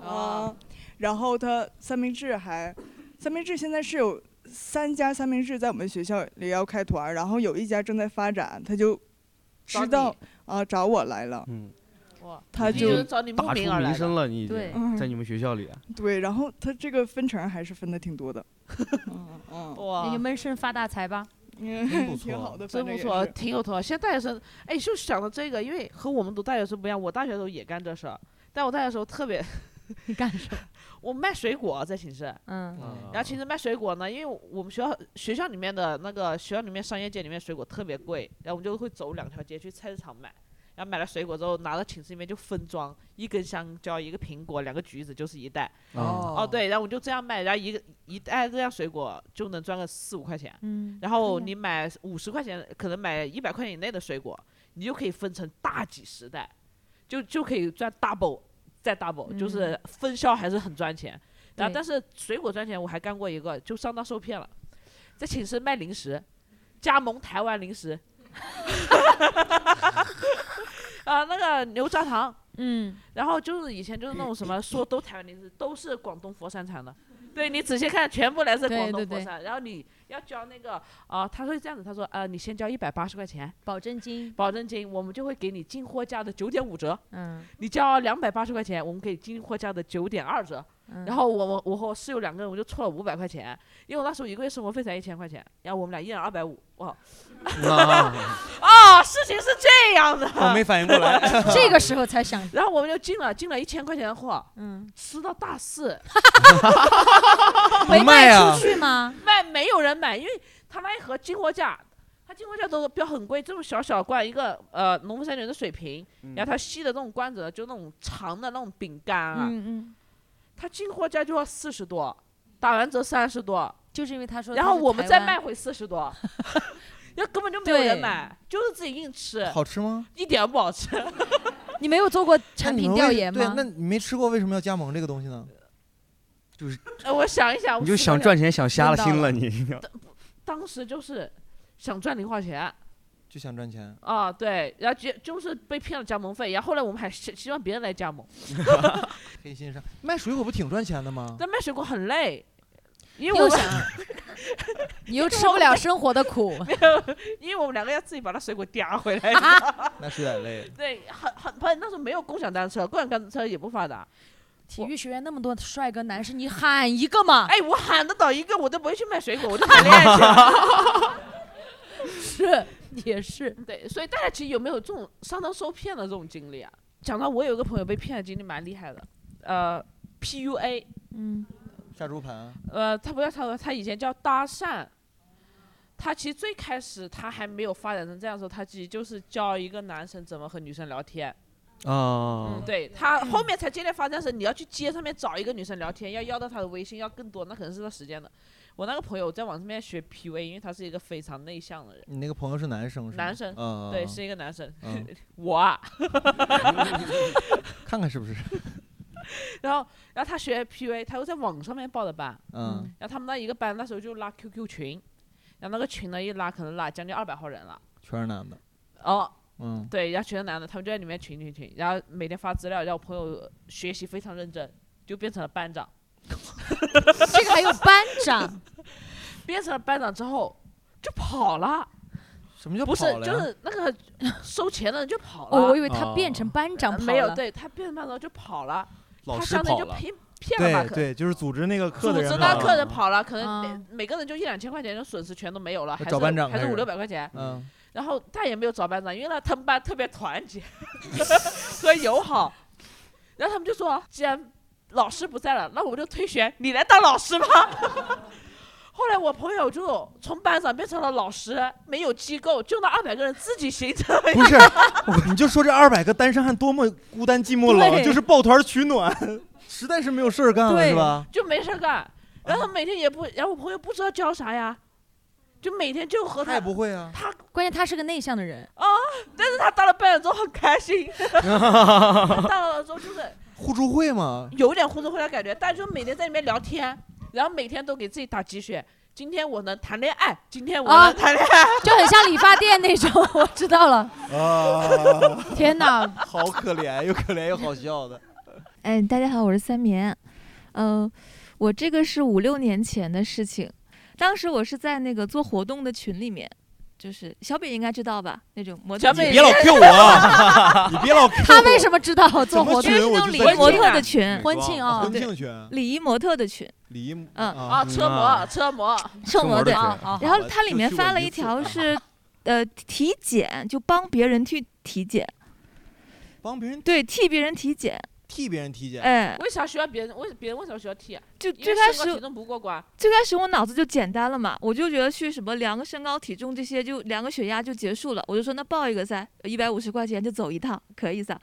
S18: 啊，然后它三明治还，三明治现在是有三家三明治在我们学校里要开团儿，然后有一家正在发展，他就知道啊找我来了，
S6: 嗯，
S3: 哇
S18: 他
S6: 已经
S18: 就
S3: 找你
S6: 打出名声了，你已
S18: 对啊
S6: 经在你们学校里。
S18: 对，然后他这个分成还是分的挺多的，
S3: 哇，
S4: 那就闷声发大财吧。
S18: 真不错嗯 挺好的
S3: 真
S18: 反
S3: 不
S18: 正
S3: 错
S18: 也，是
S3: 挺有头脑。现在大学生，哎，就想到这个，因为和我们读大学时候不一样，我大学的时候也干这事儿，但我大学的时候特别，
S4: 你干什么？
S3: 我卖水果在寝室，
S4: 嗯
S3: 然后其实卖水果呢，因为我们学校学校里面的那个学校里面商业街里面水果特别贵，然后我们就会走两条街去菜市场买，然后买了水果之后拿到寝室里面就分装，一根香蕉、一个苹果、两个橘子就是一袋。啊
S6: 哦
S3: 对，然后我就这样卖，然后一个一袋这样水果就能赚个四五块钱。
S4: 嗯
S3: 然后你买五十块钱，可能买一百块钱以内的水果，你就可以分成大几十袋，就就可以赚 double 再 double，、就是
S16: 嗯
S3: 分销还是很赚钱。然后
S16: 对
S3: 但是水果赚钱，我还干过一个，就上当受骗了，在寝室卖零食，加盟台湾零食， 啊，那个牛轧糖，
S4: 嗯，
S3: 然后就是以前就是那种什么说都台湾零食都是广东佛山产的，对你仔细看，全部来自
S4: 对
S3: 广东
S4: 对
S3: 佛
S4: 对
S3: 山，然后你要交那个啊、他会这样子，他说呃，你先交一百八十块钱
S4: 保证金，
S3: 保证金，我们就会给你进货价的九点五折，
S4: 嗯，
S3: 你交两百八十块钱，我们给进货价的九点二折。
S4: 嗯
S3: 然后我我我和我室友两个人，我就凑了五百块钱，因为我那时候一个月生活费才一千块钱，然后我们俩一人二百五，哇，哦，事情是这样的，
S2: 啊我没反应过来
S4: 这个时候才想，
S3: 然后我们就进了进了一千块钱的货，
S4: 嗯，
S3: 吃到 大四，
S4: 没
S3: 没卖
S4: 卖
S3: 啊
S4: 出去吗？
S3: 卖没有人买，因为他那一盒进货价，他进货价都标很贵，这种小小罐一个呃农夫山泉的水瓶，
S4: 嗯
S3: 然后它细的那种罐子呢就那种长的那种饼干啊，
S4: 嗯
S3: 它进货价就要四十多，打完折三十多，
S4: 就是因为他说
S3: 然
S4: 他
S3: 后
S4: 是
S3: 我们
S4: 台
S3: 再
S4: 湾
S3: 卖回四 十多，那根本就没有人
S4: 对
S3: 买，就是自己硬吃，
S2: 好吃吗？
S3: 一点不好吃。
S4: 你没有做过
S2: 那
S4: 产
S2: 你
S4: 品
S2: 们
S4: 调
S2: 为
S4: 研
S2: 对
S4: 吗，？
S2: 那你没吃过，为什么要加盟这个东西呢？
S6: 就是
S3: 呃我想一想，
S6: 你就想赚钱想瞎了心了，
S3: 你
S6: 你
S3: 当时就是想赚零花钱。
S2: 就想赚钱。
S3: 啊，对，然后就就是被骗了加盟费，然后后来我们还希希望别人来 加盟，
S2: 黑心商卖水果不挺赚钱的吗？
S3: 但卖水果很累，因为
S2: 又
S3: 我们
S2: 想
S4: 你又吃不了生活的苦。
S3: 没有，因为我们两个要自己把那水果叼回来。
S2: 那是有点累。
S3: 对，很很不是那时候没有共享单车，共享单车也不发达。
S4: 体育学院那么多帅哥男生，你喊一个嘛？
S3: 哎，我喊得到一个，我都不会去买水果，我就谈恋爱 去。
S4: 是，也是。
S3: 对，所以大家其实有没有这种上当受骗的这种经历啊？讲到我有一个朋友被骗的经历蛮厉害的，呃，PUA，
S14: 嗯，
S2: 下猪盘。
S3: 呃，他不叫他说，他以前叫搭讪。他其实最开始他还没有发展成这样的时候，他其实就是教一个男生怎么和女生聊天。
S6: 啊
S2: 哦
S3: 嗯，，对他后面才渐渐发展成你要去街上面找一个女生聊天，要要到她的微信，要更多，那可能是个时间的。我那个朋友在网上面学 PUA，因为他是一个非常内向的人，
S2: 你那个朋友是男生是吗？
S3: 男生，
S2: 嗯
S3: 对，是一个男生。
S2: 嗯
S3: 我啊，
S2: 看看是不是？
S3: 然后然后他学 PUA，他又在网上面报的班，
S2: 嗯，
S3: 然后他们那一个班那时候就拉 QQ 群，然后那个群呢一拉可能拉将近二百号人了，
S2: 全是男的。
S3: 哦。
S2: 嗯，
S3: 对，然后全是男的，他们就在里面群群群，然后每天发资料，然后我朋友学习非常认真，就变成了班长。
S4: 这个还有班长，
S3: 变成了班长之后就跑了，
S2: 什么叫
S3: 不是
S2: 跑了呀
S3: 就是那个收钱的人就跑了。
S4: 哦，我以为他
S11: 啊
S4: 变成班长
S3: 呃
S4: 跑
S3: 没有，
S4: 了
S3: 对他变成班长就跑了，
S11: 老
S3: 他
S11: 师
S3: 相当于
S11: 跑
S3: 就
S11: 了
S3: 骗骗了吧？
S11: 对对，就是组织那个课
S3: 组
S11: 的人啊
S3: 织
S11: 跑
S3: 那
S11: 了，
S3: 客
S2: 嗯
S3: 人跑了，可能每每个人就一两千块钱的损失全都没有了，还
S11: 找班
S3: 是
S11: 长
S3: 还
S11: 开
S3: 是
S11: 始
S3: 五六百块钱。
S2: 嗯，
S3: 然后但也没有找班长，因为呢他们班特别团结 和友好，然后他们就说，既然老师不在了，那我们就推选你来当老师吧。 后来我朋友就从班长变成了老师，没有机构，就那二百个人自己形成。
S11: 不是，我你就说这二百个单身汉多么孤单寂寞冷，
S3: 对
S11: 就是抱团取暖，实在是没有事儿干了，
S3: 对
S11: 是吧？
S3: 就没事儿干，然后每天也不，然后我朋友不知道教啥呀，就每天就和他。
S2: 不会啊。
S3: 他
S4: 关键他是个内向的人。
S3: 啊，但是他当了班长之后很开心，当了之后就是
S2: 互助会嘛，
S3: 有点互助会的感觉，但就每天在里面聊天，然后每天都给自己打鸡血。今天我能谈恋爱，今 天我 能谈恋爱，
S4: 啊就很像理发店那种。我知道了，，
S2: 啊
S4: 天哪
S2: 好可怜，又可怜又好笑的。
S16: 哎，大家好，我是三棉。嗯、我这个是五六年前的事情，当时我是在那个做活动的群里面，就是小北应该知道吧？那种模特
S11: 小
S16: 群，
S11: 北你别老 Q 我 啊你别老 Q
S4: 他为什么知道做活
S16: 因为
S4: 动？
S16: 是那种礼仪模特的群，
S4: 婚庆啊，
S16: 对
S11: 庆群
S16: 礼仪模特的群，
S11: 礼仪
S16: 嗯
S3: 啊，车模，车模，哦
S16: 圣魔对，然后它里面
S3: 就去过
S16: 发了
S3: 一
S16: 一
S3: 次
S16: 条是，呃，体检，就帮别人去体检，
S2: 帮别人
S16: 对，替别人体检，
S2: 替别人体检，
S4: 嗯
S16: 哎
S3: 为啥需要别人？为别人为啥需要替啊？
S16: 就
S3: 因
S16: 最
S3: 为
S16: 开
S3: 身高
S16: 始
S3: 体重不过关，
S16: 最开始我脑子就简单了嘛，我就觉得去什么量个身高体重这些就量个血压就结束了，我就说那报一个噻，一百五十块钱就走一趟，可以噻，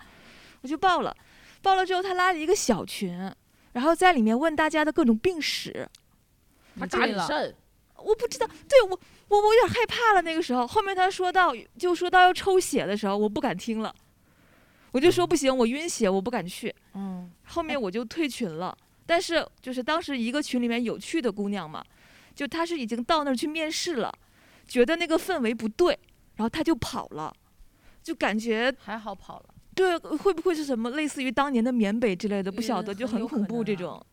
S16: 我就报了，报了之后他拉了一个小群，然后在里面问大家的各种病史，
S3: 他打你肾，
S16: 我不知道，对我我我有点害怕了那个时候，后面他说到就说到要抽血的时候，我不敢听了，我就说不行，我晕血，我不敢去，
S4: 嗯，
S16: 后面我就退群了。但是就是当时一个群里面有趣的姑娘嘛，就她是已经到那儿去面试了，觉得那个氛围不对，然后她就跑了，就感觉
S4: 还好跑了。
S16: 对，会不会是什么类似于当年的缅北之类
S4: 嗯
S16: 的？不晓得，就很恐怖
S4: 啊
S16: 这种，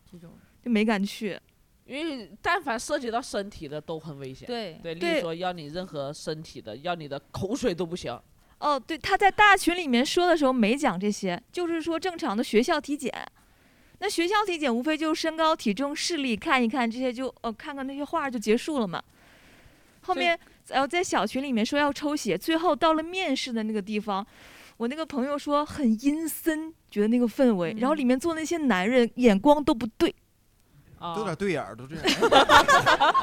S16: 就没敢去。
S3: 因为但凡涉及到身体的都很危险。
S16: 对
S3: 对，例
S16: 对
S3: 如说要你任何身体的，要你的口水都不行。
S16: 哦，对，他在大群里面说的时候没讲这些，就是说正常的学校体检。那学校体检无非就是身高、体重、视力看一看这些就，呃看看那些画就结束了嘛。后面然后在小群里面说要抽血，最后到了面试的那个地方，我那个朋友说很阴森，觉得那个氛围，然后
S3: 嗯
S16: 里面坐那些男人眼光都不对。
S4: 哦
S2: 都有点对眼儿， 都这样。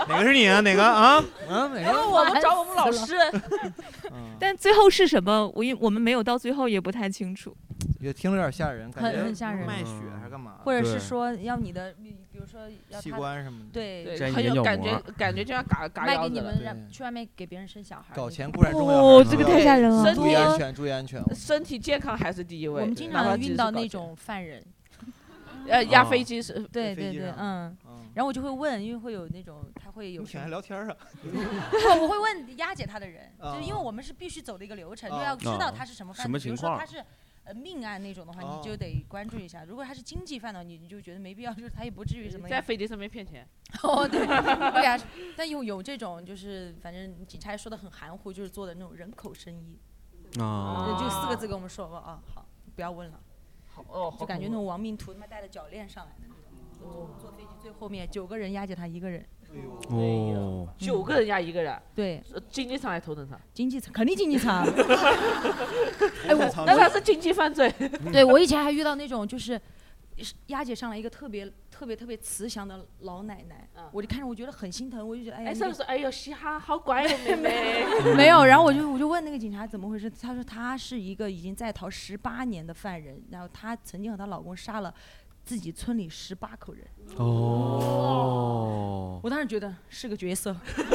S11: 哪个是你啊？哪个啊？
S4: 嗯
S2: 啊，哪
S3: 然
S2: 个？
S3: 后我们找我们老师，
S16: 但最后是什么，我因我们没有到最后也不太清楚。
S2: 也听着有点吓人， 感
S4: 很
S2: 觉
S4: 很吓人
S2: 卖血还是干嘛的？
S4: 或者是说要你的，比如说 要
S2: 器
S4: 他
S2: 官什么的
S4: 对，
S2: 粘
S3: 很
S2: 眼
S3: 有
S2: 角
S3: 感
S2: 膜
S3: 觉，感觉就像嘎嘎
S4: 卖
S3: 腰
S4: 给
S3: 子
S4: 你
S3: 了。
S4: 们让去外面给别人生小孩儿，
S2: 搞钱
S4: 那
S2: 固
S4: 种
S2: 然重要，
S16: 哦这个太吓人了
S2: 注意安全，注意安全。
S3: 身体健康还是第一位。
S4: 我们经
S3: 哪怕
S4: 常
S3: 只
S4: 遇
S3: 是
S4: 到
S3: 搞
S4: 那
S3: 钱
S4: 种犯人，
S3: 呃
S2: 哦
S3: 压飞机是
S4: 对
S3: 在飞
S4: 对
S3: 机
S4: 对
S3: 上，
S4: 嗯，然后我就会问，因为会有那种他会有
S11: 你
S4: 什
S11: 还
S4: 么。
S11: 聊天儿啊？
S4: 不，我会问押解他的人，就是因为
S11: 啊
S4: 我们是必须走的一个流程，就
S11: 啊
S4: 要知道他是什么
S11: 什
S4: 犯
S11: 么
S4: 罪。比如
S11: 情
S4: 说
S11: 况
S4: 他是呃命案那种的话，
S3: 哦
S4: 你就得关注一下。如果他是经济犯的话，你你就觉得没必要，就是他也不至于什么。
S3: 在飞机上面骗钱。
S4: 哦，对，对啊，但有有这种，就是反正警察也说的很含糊，就是做的那种人口生意，
S11: 啊
S4: 就四个字跟我们说吧啊，好，不要问了，
S3: 好哦
S4: 就感觉那种亡命徒他妈带着脚链上来的那种，坐坐飞机最后面九个 人押解他一个人，
S3: 哎
S6: 哦，
S3: 九个人压一个人，
S4: 对，
S3: 经济舱还是头等舱？
S4: 经济舱肯定经济 舱，
S3: 哎，我那他是经济犯罪。
S4: 对我以前还遇到那种就是。是押解上来一个特别特别特别慈祥的老奶奶，我就看着我觉得很心疼，我就觉得哎呀，
S3: 嗯哎，
S4: 你
S3: 上
S4: 这。
S3: 次哎呦，嘻哈，好乖哦， 妹妹
S4: 没有，然后我就我就问那个警察怎么回事，他说他是一个已经在逃十八年的犯人，然后她曾经和她老公杀了自己村里十八口人。
S6: 哦，
S4: 我当时觉得是个角色，
S3: 哎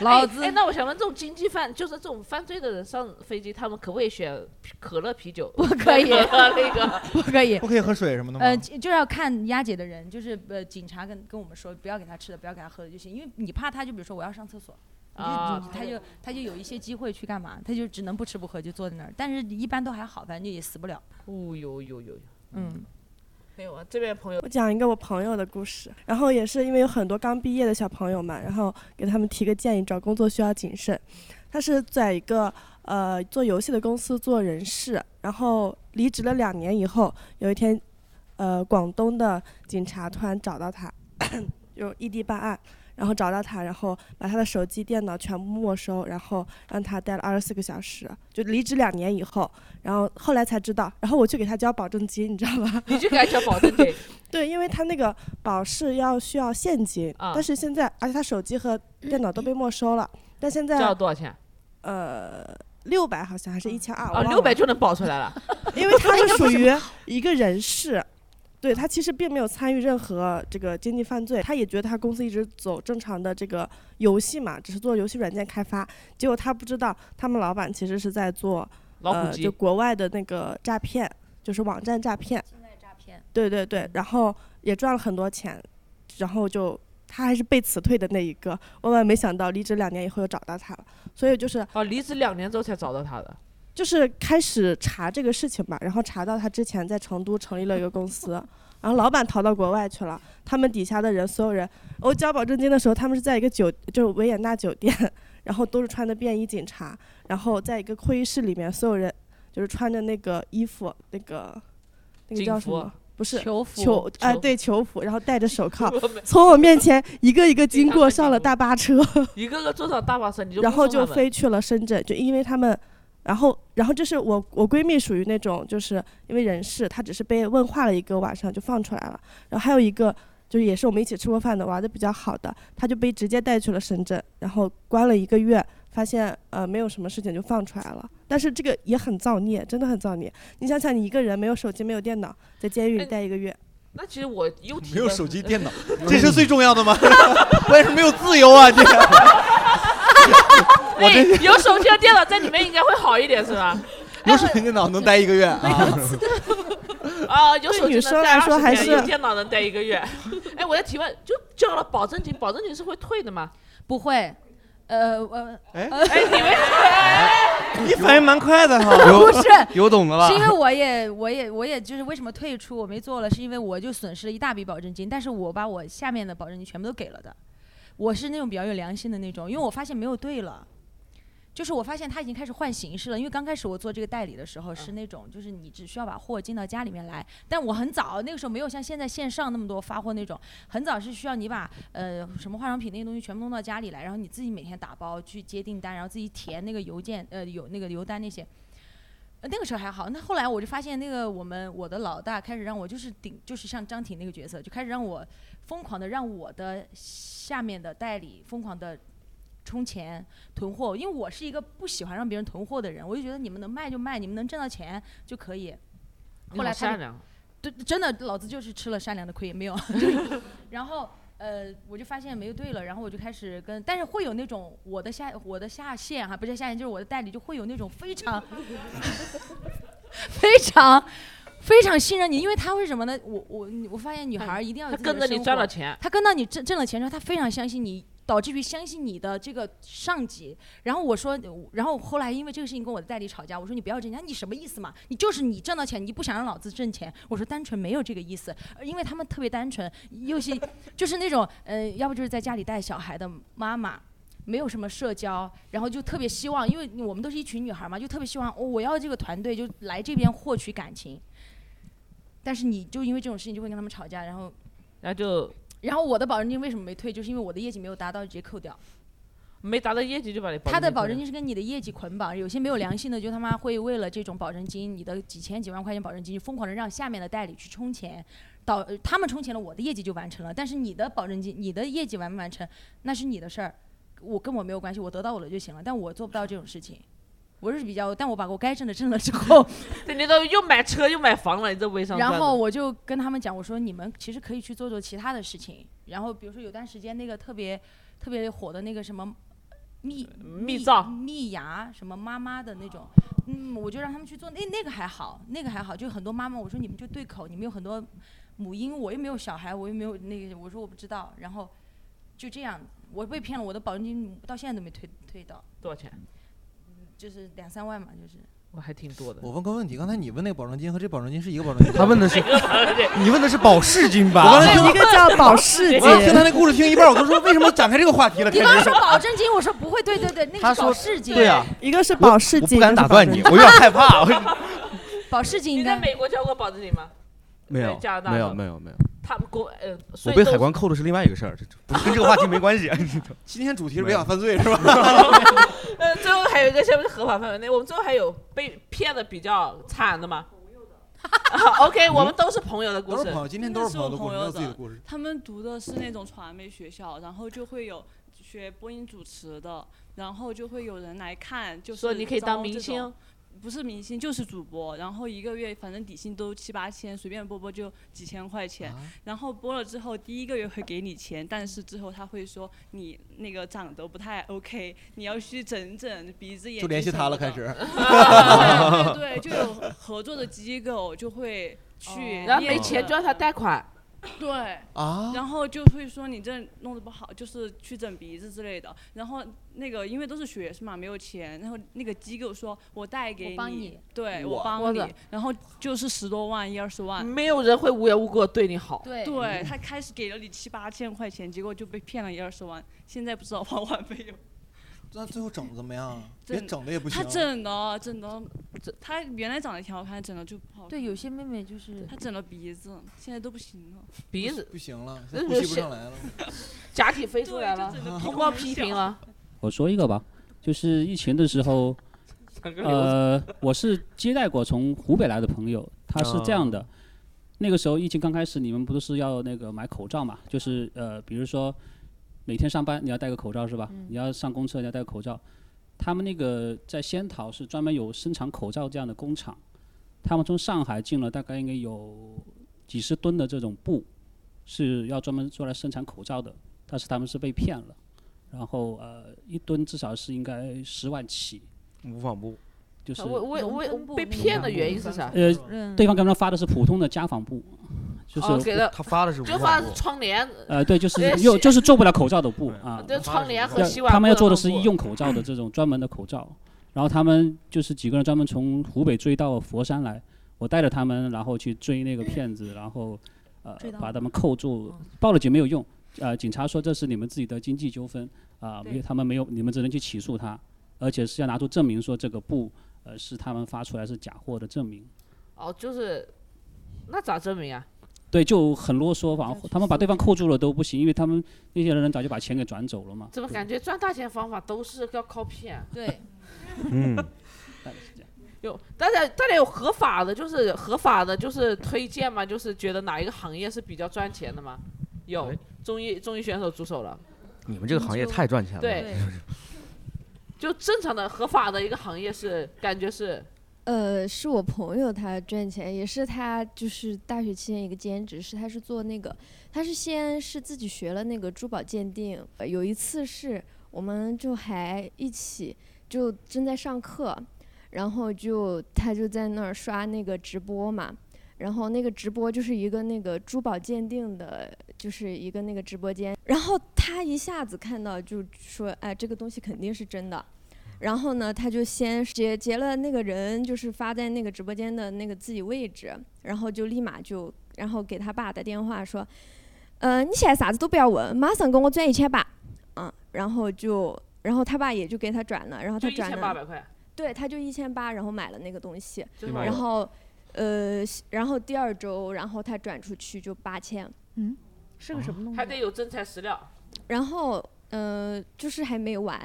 S4: 老子、
S3: 哎，那我想问，这种经济犯，就是这种犯罪的人上飞机，他们可不可以选可乐、啤酒？不
S4: 可以
S3: 那个
S4: 不可以，
S2: 不可以喝水什么的吗？
S4: 呃，就就要看押解的人，就是呃，警察跟跟我们说，不要给他吃的，不要给他喝的就行，因为你怕他，就比如说我要上厕所，你就
S3: 啊
S4: 你他就他就有一些机会去干嘛，他就只能不吃不喝就坐在那儿，但是一般都还好，反正也死不了。
S3: 哦呦呦呦，
S4: 嗯，
S3: 没有啊，这边朋友
S19: 我讲一个我朋友的故事，然后也是因为有很多刚毕业的小朋友嘛，然后给他们提个建议，找工作需要谨慎。他是在一个呃做游戏的公司做人事，然后离职了两年以后，有一天，呃，广东的警察突然找到他， 就是异地办案，然后找到他，然后把他的手机、电脑全部没收，然后让他待了二十四个小时，就离职两年以后，然后后来才知道，然后我去给他交保证金，你知道吧？
S3: 你去给他交保证金。
S19: 对，因为他那个保释要需要现金，
S3: 啊
S19: 但是现在，而且他手机和电脑都被没收了，但现在
S3: 交了多少钱？
S19: 呃，六百好像还是一千二，
S3: 哦，六百就能保出来了。
S19: 因为他是属于一个人事，对他其实并没有参与任何这个经济犯罪，他也觉得他公司一直走正常的这个游戏嘛，只是做游戏软件开发，结果他不知道他们老板其实是在做
S3: 老虎
S19: 呃
S3: 机
S19: 就国外的那个诈骗，就是网站诈骗，
S4: 诈骗。
S19: 对对对，然后也赚了很多钱，然后就。他还是被辞退的那一个，万万没想到离职两年以后又找到他了，所以就是
S3: 哦，离职两年之后才找到他的。
S19: 就是开始查这个事情吧，然后查到他之前在成都成立了一个公司，然后老板逃到国外去了，他们底下的人所有人，我交保证金的时候，他们是在一个酒，就是维也纳酒店， 然后都是穿的便衣警察，然后在一个会议室里面，所有人就是穿着那个衣服，那个那个叫什
S11: 警
S19: 么
S11: 服？
S19: 不是
S11: 囚服
S19: 囚哎、
S11: 囚
S19: 对囚服，然后戴着手铐
S3: 我们，
S19: 从我面前一个一个经过，上了大巴车。
S3: 一个个坐上大巴车，你就
S19: 然后
S3: 不
S19: 就
S3: 送他们
S19: 飞去了深圳，就因为他们，然后然后就是我我闺蜜属于那种就是因为人事，她只是被问话了一个晚上就放出来了，然后还有一个就是也是我们一起吃过饭的玩的比较好的，她就被直接带去了深圳，然后关了一个月，发现呃没有什么事情就放出来了，但是这个也很造孽，真的很造孽。你想想，你一个人没有手机没有电脑，在监
S3: 哎
S19: 狱里待一个月，
S3: 那其实我又提
S2: 没有
S3: 问，
S2: 手机、电脑 这是最重要的吗？ 关键是没有自由啊！这 个，我
S3: 哎
S2: 这，
S3: 有手机和电脑在里面应该会好一点是吧？
S2: 有手机电脑能待一个月啊？
S3: 啊，有手
S19: 对
S3: 机
S19: 女
S3: 能
S19: 生
S3: 待
S19: 来说
S3: 20
S19: 还
S3: 年有
S19: 是
S3: 电脑能待一个月。 哎，我在提问，就交了保证金，保证金是会退的吗？
S4: 不会，呃，我
S2: 哎
S3: 哎，你为什 么？
S6: 你反应蛮快的哈，
S4: 不是
S6: 有懂的了，
S4: 是因为我也我也我也就是为什么退出我没做了，是因为我就损失了一大笔保证金，但是我把我下面的保证金全部都给了的。我是那种比较有良心的那种，因为我发现没有对了，就是我发现他已经开始换形式了。因为刚开始我做这个代理的时候是那种，就是你只需要把货进到家里面来，但我很早那个时候没有像现在线上那么多发货那种，很早是需要你把呃什么化妆品那些东西全部弄到家里来，然后你自己每天打包去接订单，然后自己填那个邮件呃有那个邮单那些。呃那个时候还好，那后来我就发现，那个我们我的老大开始让我就是顶，就是像张挺那个角色，就开始让我疯狂的让我的下面的代理疯狂的充钱囤货，因为我是一个不喜欢让别人囤货的人，我就觉得你们能卖就卖，你们能挣到钱就可以。
S3: 你
S4: 后来
S3: 好
S4: 他
S3: 善
S4: 就
S3: 良。哦
S4: 对，真的，老子就是吃了善良的亏，没有。 就是然后呃，我就发现没有对了，然后我就开始跟，但是会有那种我的下我的下线哈、不是下线，就是我的代理就会有那种非常 非常。非常信任你，因为他为什么呢？我我我发现女孩儿一定要有
S3: 嗯
S4: 自己的
S3: 她跟着你
S4: 生
S3: 赚了
S4: 活
S3: 钱
S4: 她跟到你挣挣了钱之后，她非常相信你导致于相信你的这个上级。然后我说，然后后来因为这个事情跟我的代理吵架，我说你不要这样，你什么意思嘛？你就是你挣到钱，你不想让老子挣钱。我说单纯没有这个意思，呃因为他们特别单纯，尤其就是那种呃，要不就是在家里带小孩的妈妈。没有什么社交，然后就特别希望，因为我们都是一群女孩嘛，就特别希望、哦、我要这个团队就来这边获取感情。但是你就因为这种事情就会跟他们吵架，然后
S3: 然后就
S4: 然后我的保证金为什么没退，就是因为我的业绩没有达到，直接扣掉。
S3: 没达到业绩就把你
S4: 他的保证
S3: 证
S4: 金是跟你的业绩捆绑，有些没有良心的就他妈会为了这种保证金，你的几千几万块钱保证金，疯狂的让下面的代理去充钱，导呃他们充钱了，我的业绩就完成了，但是你的保证金、你的业绩完不完成，那是你的事儿，我跟我没有关系，我得到我的就行了，但我做不到这种事情。我是比较，但我把我该挣的挣了之后，
S3: 对，你都又买车又买房了，你这微商赚的。
S4: 然后我就跟他们讲，我说你们其实可以去做做其他的事情。然后比如说有段时间那个特别特别火的那个什么蜜
S3: 蜜皂
S4: 蜜芽什么妈妈的那种，嗯，我就让他们去做，那那个还好，那个还好，就很多妈妈，我说你们就对口，你们有很多母婴，我又没有小孩，我又没有那个，我说我不知道，然后就这样，我被骗了，我的保证金到现在都没退退到，
S3: 多少钱？
S4: 就是两三万嘛，就是。
S3: 我还挺多的。
S2: 我问个问题，刚才你问那个保证金和这保证金是一个保证金吗？
S6: 他问的是你问的是保释金吧？
S2: 我刚才 听
S4: 金
S2: 我刚才听他那故事 听一半，我都说为什么展开这个话题了？
S4: 你
S2: 开
S4: 刚
S2: 始
S4: 说保证金，我说不会，对对对，那
S2: 他
S4: 个是
S2: 说
S4: 保释金。
S6: 对啊呀
S19: 一个是保释
S6: 我
S19: 金，
S6: 不敢打断你，我有点害怕。我
S4: 保释金
S3: 你
S4: 应
S3: 在
S4: 该
S3: 美国交过保证金吗？
S6: 没有
S3: 在加拿，大
S6: 没有，
S3: 的
S6: 没有，没有。
S3: 他们国呃，
S6: 我
S3: 所以
S6: 被
S3: 都
S6: 海关扣的是另外一个事儿，这这不是跟这个话题没关系。
S2: 今天主题是违法犯罪是吧？
S3: 呃，最后还有一个是不是合法范围内？我们最后还有被骗的比较惨 的吗啊？OK，我们都是朋友的故
S2: 都
S3: 事，
S2: 是朋友今天都是朋友的故事没有自己的故事
S5: 他们读的是那种传媒学校，然后就会有学播音主持的，然后就会有人来看，就是
S3: 说你可以当
S5: 招
S3: 明
S5: 这种
S3: 星。
S5: 不是明星就是主播，然后一个月反正底薪都七八千，随便播播就几千块
S2: 啊
S5: 钱。然后播了之后，第一个月会给你钱，但是之后他会说你那个长得不太 OK，你要去整整鼻子眼睛什么的。
S2: 就联系他了开始
S5: 对对对，就有合作的机构就会去。
S3: 哦然后没钱就让他贷款。
S5: 对
S2: 啊
S5: 然后就会说你这弄得不好，就是去整鼻子之类的。然后那个因为都是学生嘛，没有钱，然后那个机构说我贷给
S4: 我帮你
S5: 对哎
S3: 我
S5: 我
S3: 我
S5: 帮
S3: 的
S5: 你，然后就是十多万、一二十万，
S3: 没有人会无缘无故地对你好。
S4: 对
S5: 对他开始给了你七八千块钱，结果就被骗了一二十万，现在不知道还完没有。
S2: 那最后整的怎么样？啊
S5: 真
S2: 别整的也不行。
S5: 他整的整的，他原来长得挺好看，整的就不好看。
S4: 对，有些妹妹就是
S5: 他整了鼻子，现在都不行了。
S3: 鼻子
S2: 不行 了，
S3: 那
S2: 呼吸
S3: 就
S2: 不
S3: 是
S2: 上来了。
S3: 假体飞出来了
S5: 对就整个，
S3: 通
S5: 屁
S3: 报
S5: 股
S3: 批
S5: 很
S3: 评
S5: 小
S3: 了。
S1: 我说一个吧，就是疫情的时 候
S3: 整，个流程
S1: 呃，我是接待过从湖北来的朋友，他是这样的，那个时候疫情刚开始，你们不是要那个买口罩嘛？就是呃，比如说每天上班你要戴个口罩是吧？
S3: 嗯
S1: 你要上公厕你要戴口罩。他们那个在仙桃是专门有生产口罩这样的工厂，他们从上海进了大概应该有几十吨的这种布，是要专门做来生产口罩的，但是他们是被骗了。然后呃，一吨至少是应该十万起。
S6: 无纺布，
S1: 就是
S3: 啊我我
S1: 农
S3: 我
S1: 工部
S3: 被
S1: 那个
S3: 骗的原因是啥？
S5: 嗯
S3: 嗯
S1: 呃，对方刚刚发的是普通的家纺布，就是、
S3: 哦，给了就发窗帘，
S1: 呃，对，就是
S3: 呃
S1: 又就是做不了口罩的布啊，
S3: 对窗帘和
S1: 要
S3: 洗碗
S1: 他们要
S3: 布
S1: 做的
S3: 的
S1: 是
S3: 布
S1: 医用口罩的这种专门的口罩，然后他们就是几个人专门从湖北追到佛山来，我带着他们，然后去追那个骗子，然后呃
S20: 追到
S1: 把
S20: 了嗯
S1: 他们扣住，报了警没有用，呃，警察说这是你们自己的经济纠纷啊，
S20: 对
S1: 没有他们没有，你们只能去起诉他，而且是要拿出证明说这个布呃是他们发出来是假货的证明。
S3: 哦，就是那咋证明啊？
S1: 对，就很啰嗦，反正他们把对方扣住了都不行，因为他们那些人早就把钱给转走了嘛。
S3: 怎么
S1: 对
S3: 感觉赚大钱方法都是要啊靠骗？
S4: 对，
S1: 嗯，
S3: 有大家大家有合法的，就是合法的，就是推荐嘛，就是觉得哪一个行业是比较赚钱的吗？有综艺综艺选手出手了，
S6: 你们这个行业太赚钱了。
S3: 对，就正常的合法的一个行业是感觉是
S14: 呃，是我朋友他赚钱，也是他就是大学期间一个兼职，是他是做那个，他是先是自己学了那个珠宝鉴定，呃有一次是我们就还一起就正在上课，然后就他就在那儿刷那个直播嘛，然后那个直播就是一个那个珠宝鉴定的就是一个那个直播间，然后他一下子看到就说，哎，这个东西肯定是真的。然后呢，他就先截截了那个人，就是发在那个直播间的那个自己位置，然后就立马就，然后给他爸打电话说，呃，你现在啥子都不要问，马上给我转一千八，啊，然后就，然后他爸也就给他转了，然后
S3: 就
S14: 他
S3: 一
S14: 转
S3: 千八百
S14: 了，
S3: 块，
S14: 对，他就一千八，然后买了那个东西，
S3: 最后
S14: 然后，呃，然后第二周，然后他转出去就八千，
S3: 嗯，
S14: 是个什么东
S3: 还得有真材实料。
S14: 然后，呃，就是还没完，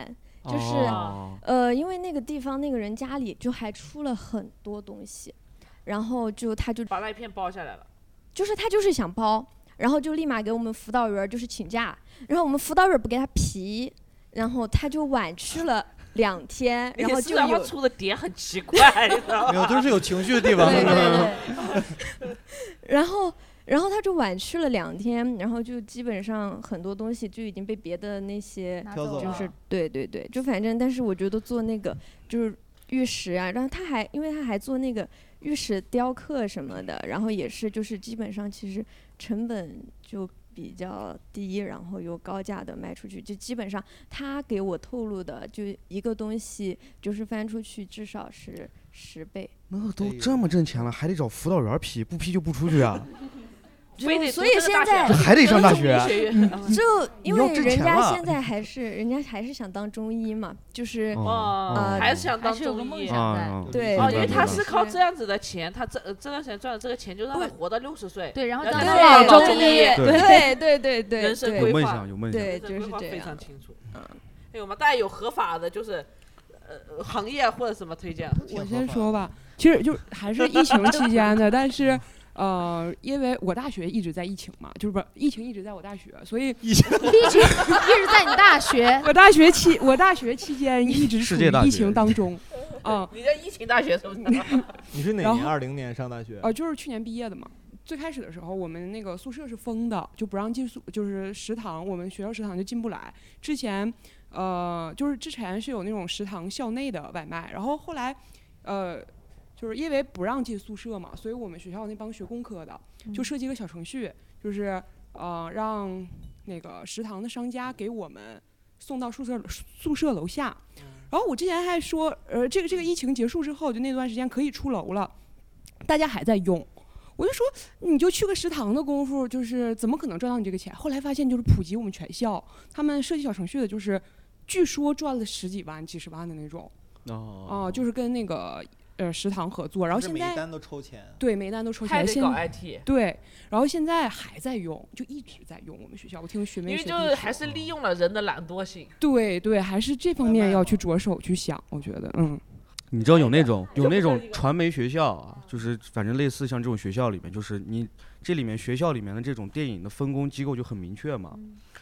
S14: 就是、
S3: 哦
S14: 呃，因为那个地方那个人家里就还出了很多东西，然后就他就
S3: 把那一片包下来了。
S14: 就是他就是想包，然后就立马给我们辅导员儿就是请假，然后我们辅导员儿不给他批，然后他就晚去了两天，然后就
S3: 那个四大
S14: 有
S3: 啊花出的点很 奇怪，你知道吗？
S2: 没有，都是有情绪的地方。
S14: 对对然后，然后他就晚去了两天，然后就基本上很多东西就已经被别的那些
S2: 拿，走
S14: 就
S2: 了
S14: 是对对对，就反正，但是我觉得做那个就是玉石啊，然后他还因为他还做那个玉石雕刻什么的，然后也是就是基本上其实成本就。比较低，然后又高价的卖出去，就基本上他给我透露的，就一个东西就是翻出去至少是十 倍。
S6: 那都这么挣钱了，还得找辅导员批，不批就不出去啊？
S14: 就
S3: 非得
S14: 所
S3: 读
S14: 以
S3: 这个
S14: 现
S3: 大啊
S14: 在
S6: 学还得上大学
S3: 嗯
S14: 就因
S6: 你要
S14: 为
S6: 挣
S14: 人
S6: 钱
S14: 家
S6: 了
S14: 现在还是人家还是想当中医嘛，就是
S3: 哦
S14: 呃
S3: 还是想当中医，
S14: 啊对
S3: 哦，
S14: 对
S3: 因为
S14: 对
S3: 他
S14: 对
S3: 是靠这样子的钱，他这呃这段时间赚的这个钱，就让他活到六十岁，
S4: 对然后
S3: 让
S4: 当
S3: 他
S4: 老
S3: 当
S4: 中医
S14: 对对对对
S3: 人生
S14: 对
S3: 规
S14: 有梦
S3: 划
S14: 想有梦想对
S3: 人生
S14: 就是
S3: 规划
S14: 这
S3: 非
S14: 样
S3: 常清楚。
S6: 嗯
S3: 哎，我们大家有合法的，就是呃行业或者什么推荐？啊
S20: 我先说吧，其实就还是疫情期间的，但是呃，因为我大学一直在疫情嘛，就是不是疫情一直在我大学，所以疫情
S4: 一直一直在你大学
S20: 我大学期我大学期间一直处
S2: 世界
S20: 于
S2: 大学
S20: 疫情当中啊
S3: 你在疫情大学是不是？
S2: 你是哪
S20: 然
S2: 年？
S20: 后
S2: 二零年上大学？
S20: 啊，就是去年毕业的嘛。最开始的时候，我们那个宿舍是封的，就不让进宿，就是食堂，我们学校食堂就进不来。之前，呃，就是之前是有那种食堂校内的外卖，然后后来，呃，就是因为不让进宿舍嘛，所以我们学校那帮学工科的就
S21: 嗯
S20: 设计一个小程序，就是呃让那个食堂的商家给我们送到宿舍宿舍楼下。然后我之前还说，呃，这个这个疫情结束之后，就那段时间可以出楼了，大家还在用。我就说，你就去个食堂的功夫，就是怎么可能赚到你这个钱？后来发现，就是普及我们全校，他们设计小程序的，就是据说赚了十几万、几十万的那种，啊、
S2: 哦，
S20: 就是跟那个呃食堂合作，然后
S2: 就是
S20: 现
S2: 每一
S20: 在
S2: 单都抽钱。
S20: 对每一单都抽
S3: 还
S20: 钱，
S3: 得
S20: 现
S3: 搞 IT
S20: 对，然后现在还在用，就一直在用我们学校，我听学妹
S3: 因为
S20: 学弟
S3: 就是
S20: 说
S3: 还是利用了人的懒惰性。
S20: 对对，还是这方面要去着手去想，我觉得，嗯。
S6: 你知道有那
S2: 哎
S6: 种有那种传媒学校啊，就是反正类似像这种学校里面，就是你这里面学校里面的这种电影的分工机构就很明确嘛。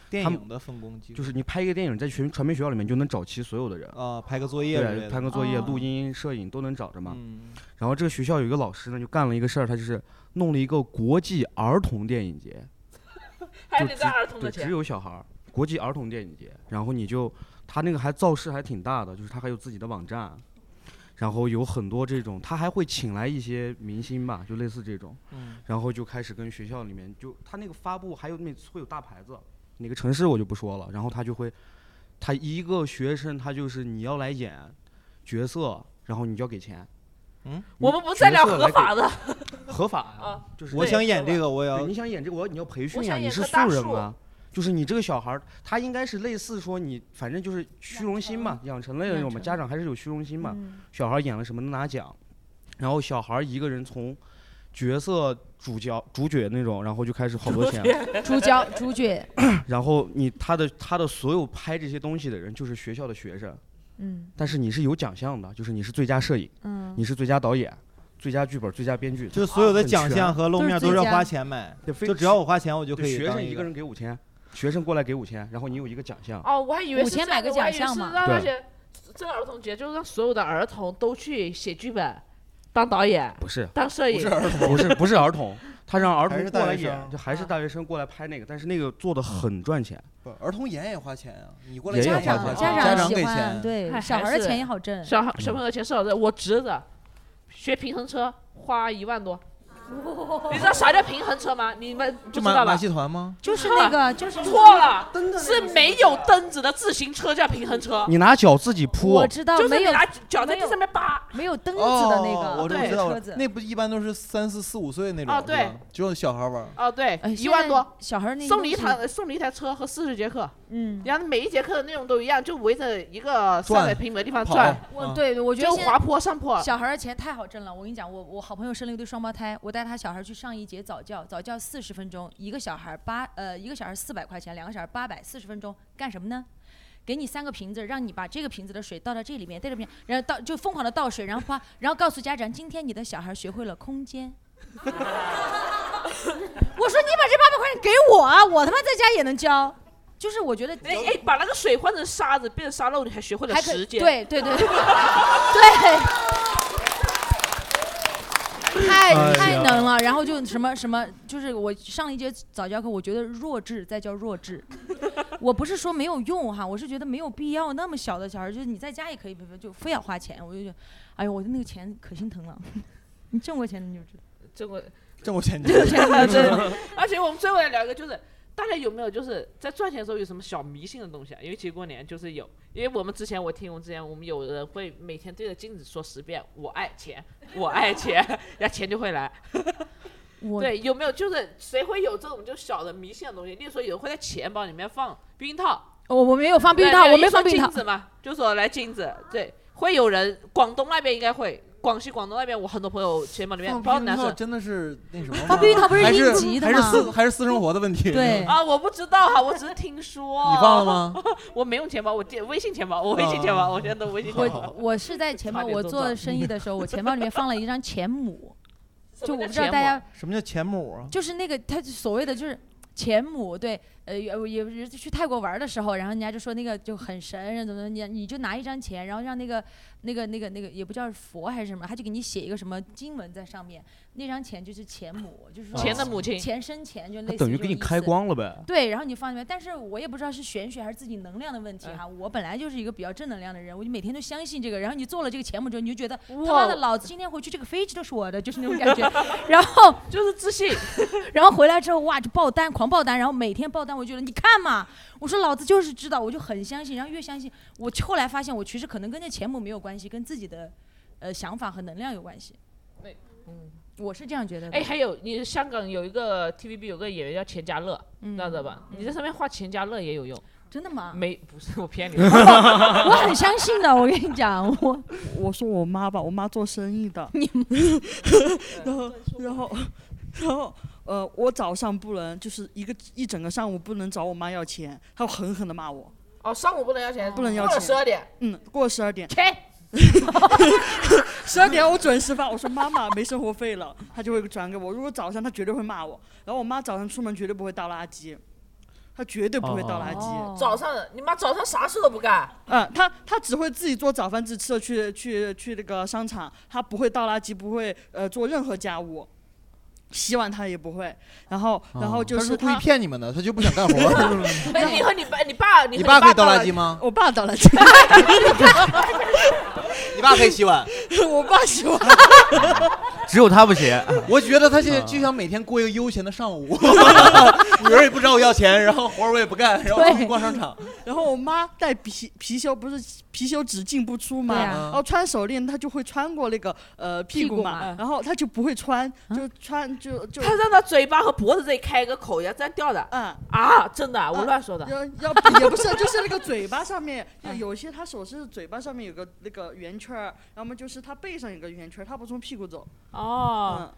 S2: 电
S6: 他们
S2: 影的分工嗯机构
S6: 就是你拍一个电影，在全传媒学校里面就能找齐所有的人
S2: 啊，拍个作业之类
S6: 对，
S2: 的嗯
S6: 拍个作业、
S2: 哦
S6: 录音、摄影都能找着嘛。然后这个学校有一个老师呢，就干了一个事儿，他就是弄了一个国际儿童电影节，
S3: 还
S6: 就
S3: 得
S6: 只
S3: 在儿童
S6: 对
S3: 的
S6: 只
S3: 钱，
S6: 有小孩儿，国际儿童电影节。然后你就他那个还造势还挺大的，就是他还有自己的网站，然后有很多这种，他还会请来一些明星吧，就类似这种，
S2: 嗯
S6: 然后就开始跟学校里面就他那个发布还有每次会有大牌子，哪个城市我就不说了，然后他就会，他一个学生他就是你要来演角色，然后你就要给钱。
S2: 嗯，
S3: 我们不再聊合 法的，
S6: 合法呀、
S3: 啊
S6: 就是
S2: 我想演这个我也要
S6: 对你想演这个，我要你要培
S2: 我
S6: 训呀、
S2: 想
S6: 你
S2: 演
S6: 是
S2: 棵
S6: 素
S2: 大
S6: 人
S2: 树
S6: 吗？就是你这个小孩儿，他应该是类似说你，反正就是虚荣心嘛，养成类的那种嘛，家长还是有虚荣心嘛。小孩儿演了什么能拿奖，然后小孩儿一个人从角色主角主角那种，然后就开始好多钱。啊
S4: 主角主角，
S6: 然后你他的他的所有拍这些东西的人就是学校的学生，
S4: 嗯，
S6: 但是你是有奖项的，就是你是最佳摄影，
S4: 嗯
S6: 你是最佳导演、最佳剧本、最佳编剧，
S2: 就是所有的
S6: 很全
S2: 奖项和露面都是要花钱买，
S6: 对非
S2: 就只要我花钱，我就可
S6: 对
S2: 以
S6: 学
S2: 当
S6: 生
S2: 一
S6: 个人给五千，学生过来给五千，然后你有一个奖项。
S3: 哦，我还以为
S4: 五
S3: 是
S4: 千
S3: 这样
S4: 买个
S3: 的我还
S4: 奖
S3: 以为
S4: 项
S3: 是
S4: 嘛
S3: 让那
S6: 对
S3: 些这个儿童节就让所有的儿童都去写剧本、当导演、
S6: 不是
S3: 当摄影，
S6: 不是不是儿童，他让儿
S2: 还
S6: 童
S2: 是
S6: 过
S2: 大
S6: 来
S2: 学
S6: 演，
S2: 生
S6: 就还是大学生过来拍那个，但是那个做的很赚钱。
S2: 不，儿童演也花钱啊，你过来
S6: 也
S2: 演
S6: 也花钱嗯
S2: 花钱，
S6: 家长
S2: 长
S6: 喜
S2: 给
S6: 欢
S2: 钱，
S4: 对
S3: 哎
S4: 小
S3: 还
S4: 孩儿的
S3: 是
S4: 钱也好挣
S3: 小孩小朋友的钱是好挣。我侄子学平衡车花一万多，你知道啥叫平衡车吗？你们不
S2: 就
S3: 知道
S2: 马马
S3: 吧？
S2: 戏团吗？
S4: 就是那个，就是那个
S3: 错了，是没有蹬子的自行车叫平衡车。
S6: 你拿脚自己扑，
S4: 我知道
S3: 就是
S4: 没
S3: 你
S4: 有
S3: 拿脚在地上面扒，
S4: 没有蹬子的那
S2: 哦，
S4: 个
S2: 我
S4: 对
S2: 知道
S4: 车
S2: 了
S4: 子，
S2: 那不一般都是三四四五岁那种，
S3: 啊
S2: 是吧
S3: 对，
S2: 只有小孩玩。
S3: 哦，对，一
S4: 呃哎现
S3: 万
S4: 在
S3: 多，
S4: 小孩儿那些
S3: 送你一
S4: 东西
S3: 台呃送你一台车和四十节课，嗯，然后每一节课的内容都一样，就围着一个
S2: 转
S3: 三百平米的地方
S2: 跑嗯
S3: 转。
S6: 啊
S4: 我对，我觉得
S3: 就
S4: 现在
S3: 滑坡上坡。
S4: 小 孩儿的钱太好挣了。我跟你讲，我我好朋友生了一对双胞胎，我带他小孩儿去上一节早教，早教四十分钟，一个小孩儿八呃一个小孩四百块钱，两个小孩八百，四十分钟干什么呢？给你三个瓶子，让你把这个瓶子的水倒到这里面，这里面，然后倒就疯狂的倒水，然后啪，然后告诉家长，今天你的小孩学会了空间。我说你把这八百块钱给我啊，我他妈在家也能教。就是我觉得
S3: 哎哎，把那个水换成沙子，变成沙漏，你还学会了
S4: 还可
S3: 时间。
S4: 对对对 对，
S11: 哎
S4: 太
S11: 呀
S4: 太能了。然后就什么什么，就是我上一节早教课，我觉得弱智再叫弱智，我不是说没有用哈，我是觉得没有必要那么小的小孩儿，就是你在家也可以，就非要花钱，我就觉得，哎呦，我的那个钱可心疼了。 你挣过钱你就知道，
S3: 这个
S2: 挣过钱你
S3: 这个钱
S2: 就知道
S3: 而且我们最后来聊一个，就是大家有没有就是在赚钱的时候有什么小迷信的东西啊？尤其过年就是有，因为我们之前我听我们之前我们有人会每天对着镜子说十遍“我 爱钱，我爱钱”，然后钱就会来。对，有没有就是谁会有这种就小的迷信的东西？例如说有人会在钱包里面放避孕套，
S4: 我我没有放避孕
S3: 对
S4: 套，
S3: 有
S4: 我
S3: 一
S4: 没
S3: 说
S4: 放避孕套
S3: 镜。子嘛，就说来镜子，对，会有人广东那边应该会，广西广东那边我很多朋友钱包里面，包括
S2: 放避
S3: 男
S2: 孕套
S3: 生。
S2: 真的是那什么吗？
S3: 放避孕套不是
S2: 还
S3: 应急的
S2: 还是
S3: 吗
S2: 私还是私生活的问 题？
S3: 啊，我不知道哈，我只是听说。
S2: 你忘了吗？ 哦
S3: 我没用钱包，我电微信钱包，我微信钱包，我现在都微信钱包。
S4: 我是在钱包，
S3: 差点
S4: 我
S3: 都
S4: 做
S3: 撞
S4: 生意的时候，我钱包里面放了一张钱母，
S3: 什
S4: 就
S3: 么
S4: 我
S3: 叫
S4: 不知道
S3: 钱
S4: 大
S3: 母
S4: 家
S2: 什么叫钱母啊？
S4: 就是那个他就所谓的就是钱母，对，呃，也也不是去泰国玩的时候，然后人家就说那个就很神，怎么怎么，你你就拿一张钱，然后让那个那个那个那个也不知道是佛还是什么，他就给你写一个什么经文在上面，那张钱就是钱母，就是说
S3: 钱的母亲
S4: 钱生钱，就类
S6: 那
S4: 似
S6: 等于
S4: 这种
S6: 给你
S4: 意
S6: 开
S4: 思
S6: 光了呗。
S4: 对，然后你放里面，但是我也不知道是玄学还是自己能量的问题哈。我本来就是一个比较正能量的人，我就每天都相信这个。然后你做了这个节目之后，你就觉得他妈的
S3: 哇
S4: 老子今天回去这个飞机都是我的，就是那种感觉。然后
S3: 就是自信，
S4: 然后回来之后哇就爆单，狂爆单，然后每天爆单，我觉得你看嘛，我说老子就是知道，我就很相信，然后越相信，我后来发现我其实可能跟这钱母没有关系，跟自己的呃想法和能量有关系。
S3: 对，
S4: 嗯，我是这样觉得的。
S3: 哎，还有你香港有一个 TVB 有个演员叫钱嘉乐，知道的吧？你在上面画钱嘉乐也有用。
S4: 真的吗？
S3: 没，不 是我骗 你。
S4: 我很相信的，我跟你讲，我
S21: 我说我妈吧，我妈做生意的， 然后然后 然后呃，我早上不能就是一个一整个上午不能找我妈要钱，她会狠狠的骂我，
S3: 哦，上午不能要钱，
S21: 不能要
S3: 过
S21: 钱。
S3: 了十二点。
S21: 嗯，过了十二点。
S3: 切。
S21: 十二点我准时发，我说妈妈没生活费了，她就会转给我。如果早上她绝对会骂我，然后我妈早上出门绝对不会倒垃圾，她绝对
S2: 哦
S21: 不会倒垃圾。
S4: 哦
S3: 早上你妈早上啥事都不干，
S21: 嗯，他他只会自己做早饭自己吃了，去去去那个商场，他不会倒垃圾，不会呃做任何家务，洗碗他也不会。然后
S6: 啊
S21: 然后就
S2: 他是故
S21: 他
S2: 意骗你们的，他就不想干活儿。
S3: 哎，哦你和你爸，你爸，你
S2: 你
S3: 和
S2: 爸可以
S3: 倒
S2: 倒垃圾吗？
S21: 我爸倒垃圾，
S2: 你爸可以洗 碗，
S21: 我爸洗碗。
S6: 只有他不写。
S2: 我觉得他现在就想每天过一个悠闲的上 午，女儿也不找我要钱，然后活儿我也不 干，然后出去逛商场。
S21: 然后我妈戴貔貔貅，不是貔貅只进不出嘛，
S2: 对啊
S21: 然后穿手链，她就会穿过那个呃屁股嘛，然后她就不会穿，
S3: 啊
S21: 就穿 就就
S3: 他让他嘴巴和脖子这里开一个口，要这样掉的。
S21: 嗯
S3: 啊，真的啊，我乱说的。
S21: 要要也不是，就是那个嘴巴上面，
S3: 啊
S21: 就有些他手是嘴巴上面有个那个圆圈儿，要么就是他背上有个圆圈儿，他不从屁股走。
S3: 哦，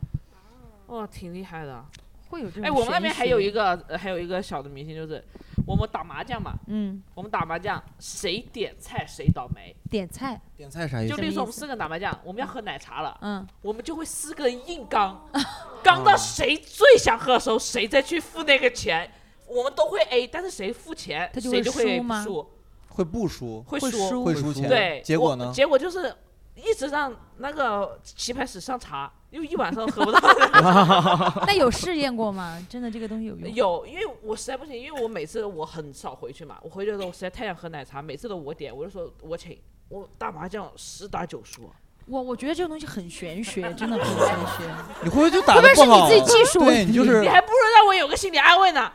S3: 哇，挺厉害的。
S4: 会有这
S3: 哎，
S4: 种
S3: 我们那
S4: 玄
S3: 边还
S4: 学
S3: 有一个、呃还有一个小的迷信，就是我们打麻将嘛，
S4: 嗯，
S3: 我们打麻将谁点菜谁倒霉。
S4: 点菜，
S2: 点菜啥意
S3: 就
S2: 思？
S3: 例如说我们四个人打麻将，我们要喝奶茶了，
S4: 嗯，
S3: 我们就会四个人硬刚，刚
S2: 哦
S3: 到谁最想喝的时候，谁再去付那个钱，我们都会 A，但是谁付钱，
S2: 他就
S3: 谁
S2: 会
S3: 就会
S2: 输吗
S3: 输，
S2: 会不输？
S3: 会输，
S2: 会输钱。
S3: 对，
S2: 结
S3: 我
S2: 果呢？
S3: 结果就是一直让那个棋牌室上茶，因为一晚上喝不到。
S4: 那有试验过吗？真的这个东西有用？
S3: 有，因为我实在不行，因为我每次我很少回去嘛，我回去的时候实在太想喝奶茶，每次都我点，我就说我请，我打麻将十打九输。啊
S4: 我我觉得这个东西很玄学，真的很玄学。
S2: 你会不会就打的
S4: 会不会是
S2: 好？啊
S4: 你自己技术
S2: 对，你就是
S3: 你还不如让我有个心理安慰呢。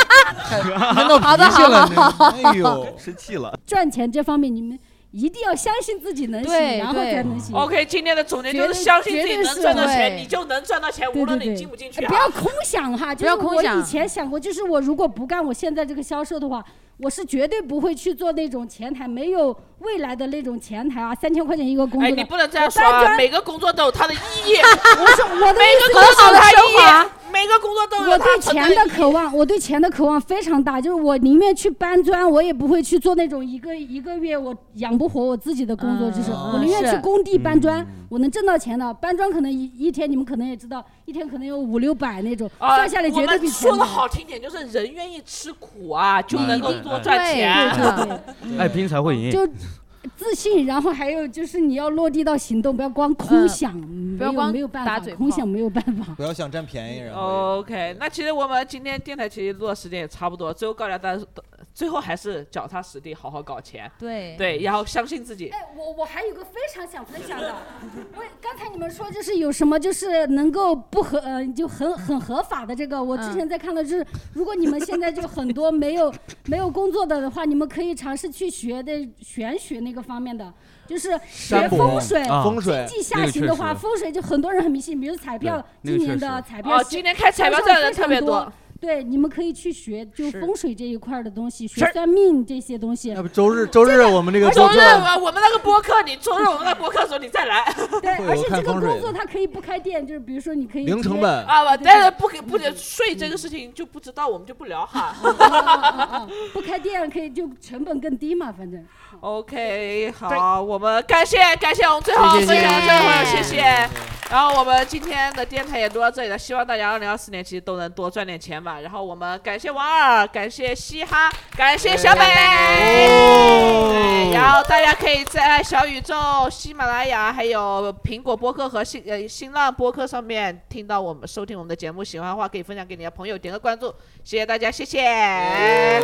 S2: 闹脾
S13: 好的
S2: 气了，
S13: 好好
S2: 你哎
S13: 好
S2: 呦，生气了。
S13: 赚钱这方面，你们一定要相信自己能行，
S3: 对
S13: 然后
S3: 对
S13: 才能行。
S3: OK，今天的总结就
S13: 绝
S3: 是
S13: 对
S3: 相信
S13: 绝
S3: 自己
S13: 对
S3: 能
S13: 是
S3: 赚到钱，
S13: 对
S3: 你就能赚到钱，无
S13: 对对
S3: 论你
S13: 对
S3: 进不进去
S13: 哎
S3: 啊。
S13: 不要空想哈，
S3: 不
S13: 就
S3: 要
S13: 是
S3: 空
S13: 我
S3: 想
S13: 以前想过，就是我如果不干我现在这个销售的话，我是绝对不会去做那种前台没有未来的那种前台啊，三千块钱一个工作
S3: 哎，
S13: 的。
S3: 你不能这样
S13: 我
S3: 说
S13: 当
S3: 啊！
S13: 然
S3: 每个工作都有它的意义，
S13: 我是我的
S3: 每
S13: 意
S3: 个
S13: 思
S3: 工作
S13: 很好
S3: 都有
S13: 的
S3: 它
S13: 升
S3: 意
S13: 华
S3: 义，每个工作都有
S13: 我
S3: 它
S13: 对
S3: 存
S13: 钱
S3: 在
S13: 的
S3: 意义
S13: 渴望，我对钱的渴望非常大，就是我宁愿去搬砖，我也不会去做那种一个一个月我养不活我自己的工作，就是
S4: 嗯
S13: 我宁愿
S4: 是
S13: 去工地搬砖，我能挣到钱的。搬砖可能一一天，你们可能也知道，一天可能有五六百那种，
S3: 啊
S13: 算下来绝对
S3: 我
S13: 比
S3: 们
S13: 钱
S3: 说的
S13: 多。
S3: 好听点，就是人愿意吃苦啊，就
S6: 哎
S3: 能够
S13: 嗯
S3: 多赚钱。啊
S13: 对对 对
S2: 哎
S6: 爱拼才会赢。
S13: 就自信，然后还有就是你要落地到行动，不要光空想，
S3: 嗯不要
S13: 没有
S3: 光
S13: 没有办
S3: 打
S13: 法
S3: 嘴，
S13: 空想没有办法。
S2: 不要想占便宜，然后
S3: OK，那其实我们今天电台其实录的时间也差不多，最后告诉大家，呃最后还是脚踏实地，好好搞钱。
S4: 对
S3: 对，然后相信自己。
S13: 哎，我我还有个非常想分享的，我刚才你们说就是有什么就是能够不合呃就很很合法的这个，
S3: 嗯
S13: 我之前在看到就是，如果你们现在就很多没有 没有工作的的话，你们可以尝试去学的玄学那个方面的。就是学
S2: 占卜
S13: 风水，
S2: 啊风水
S13: 经济
S2: 那
S13: 下
S2: 个
S13: 行
S2: 确
S13: 的话，
S2: 实
S13: 风水就很多人很迷信，比如彩票，
S2: 对那个
S13: 今年
S2: 确
S13: 的
S2: 实
S13: 彩票
S3: 哦
S13: 市
S3: 今年开彩票
S13: 市
S3: 站
S13: 场
S3: 的
S13: 非
S3: 特
S13: 常
S3: 别多
S13: 多。对，你们可以去学，就是风水这一块儿的东西，学算命这些东西。
S2: 要不周日周日我们这个
S13: 而且
S2: 做
S13: 我
S3: 周日
S2: 客
S3: 我我们那个播客，你周日我们那个播客的时候你再来。
S13: 对
S2: 会
S13: 而
S2: 有
S13: 且
S2: 看
S13: 这个
S2: 风水
S13: 工作它可以不开店，就是比如说你可以
S2: 零
S13: 直接
S2: 成本
S3: 啊，不，但是不给不给税这个事情就不知道，我们就不聊哈。
S13: 不开店可以就成本更低嘛，反正。
S3: OK，好，我们感谢感谢我们最后
S13: 谢谢
S3: 分享的这位朋友，
S13: 谢
S3: 谢
S13: 谢
S3: 谢。然后我们今天的电台也录到这里了，希望大家二零二四年其实都能多赚点钱吧。然后我们感谢王二，感谢嘻哈，感谢小哎北。对，然后大家可以在小宇宙、喜马拉雅、还有苹果播客和新呃新浪播客上面听到我们收听我们的节目。喜欢的话可以分享给你的朋友，点个关注，谢谢大家，谢谢。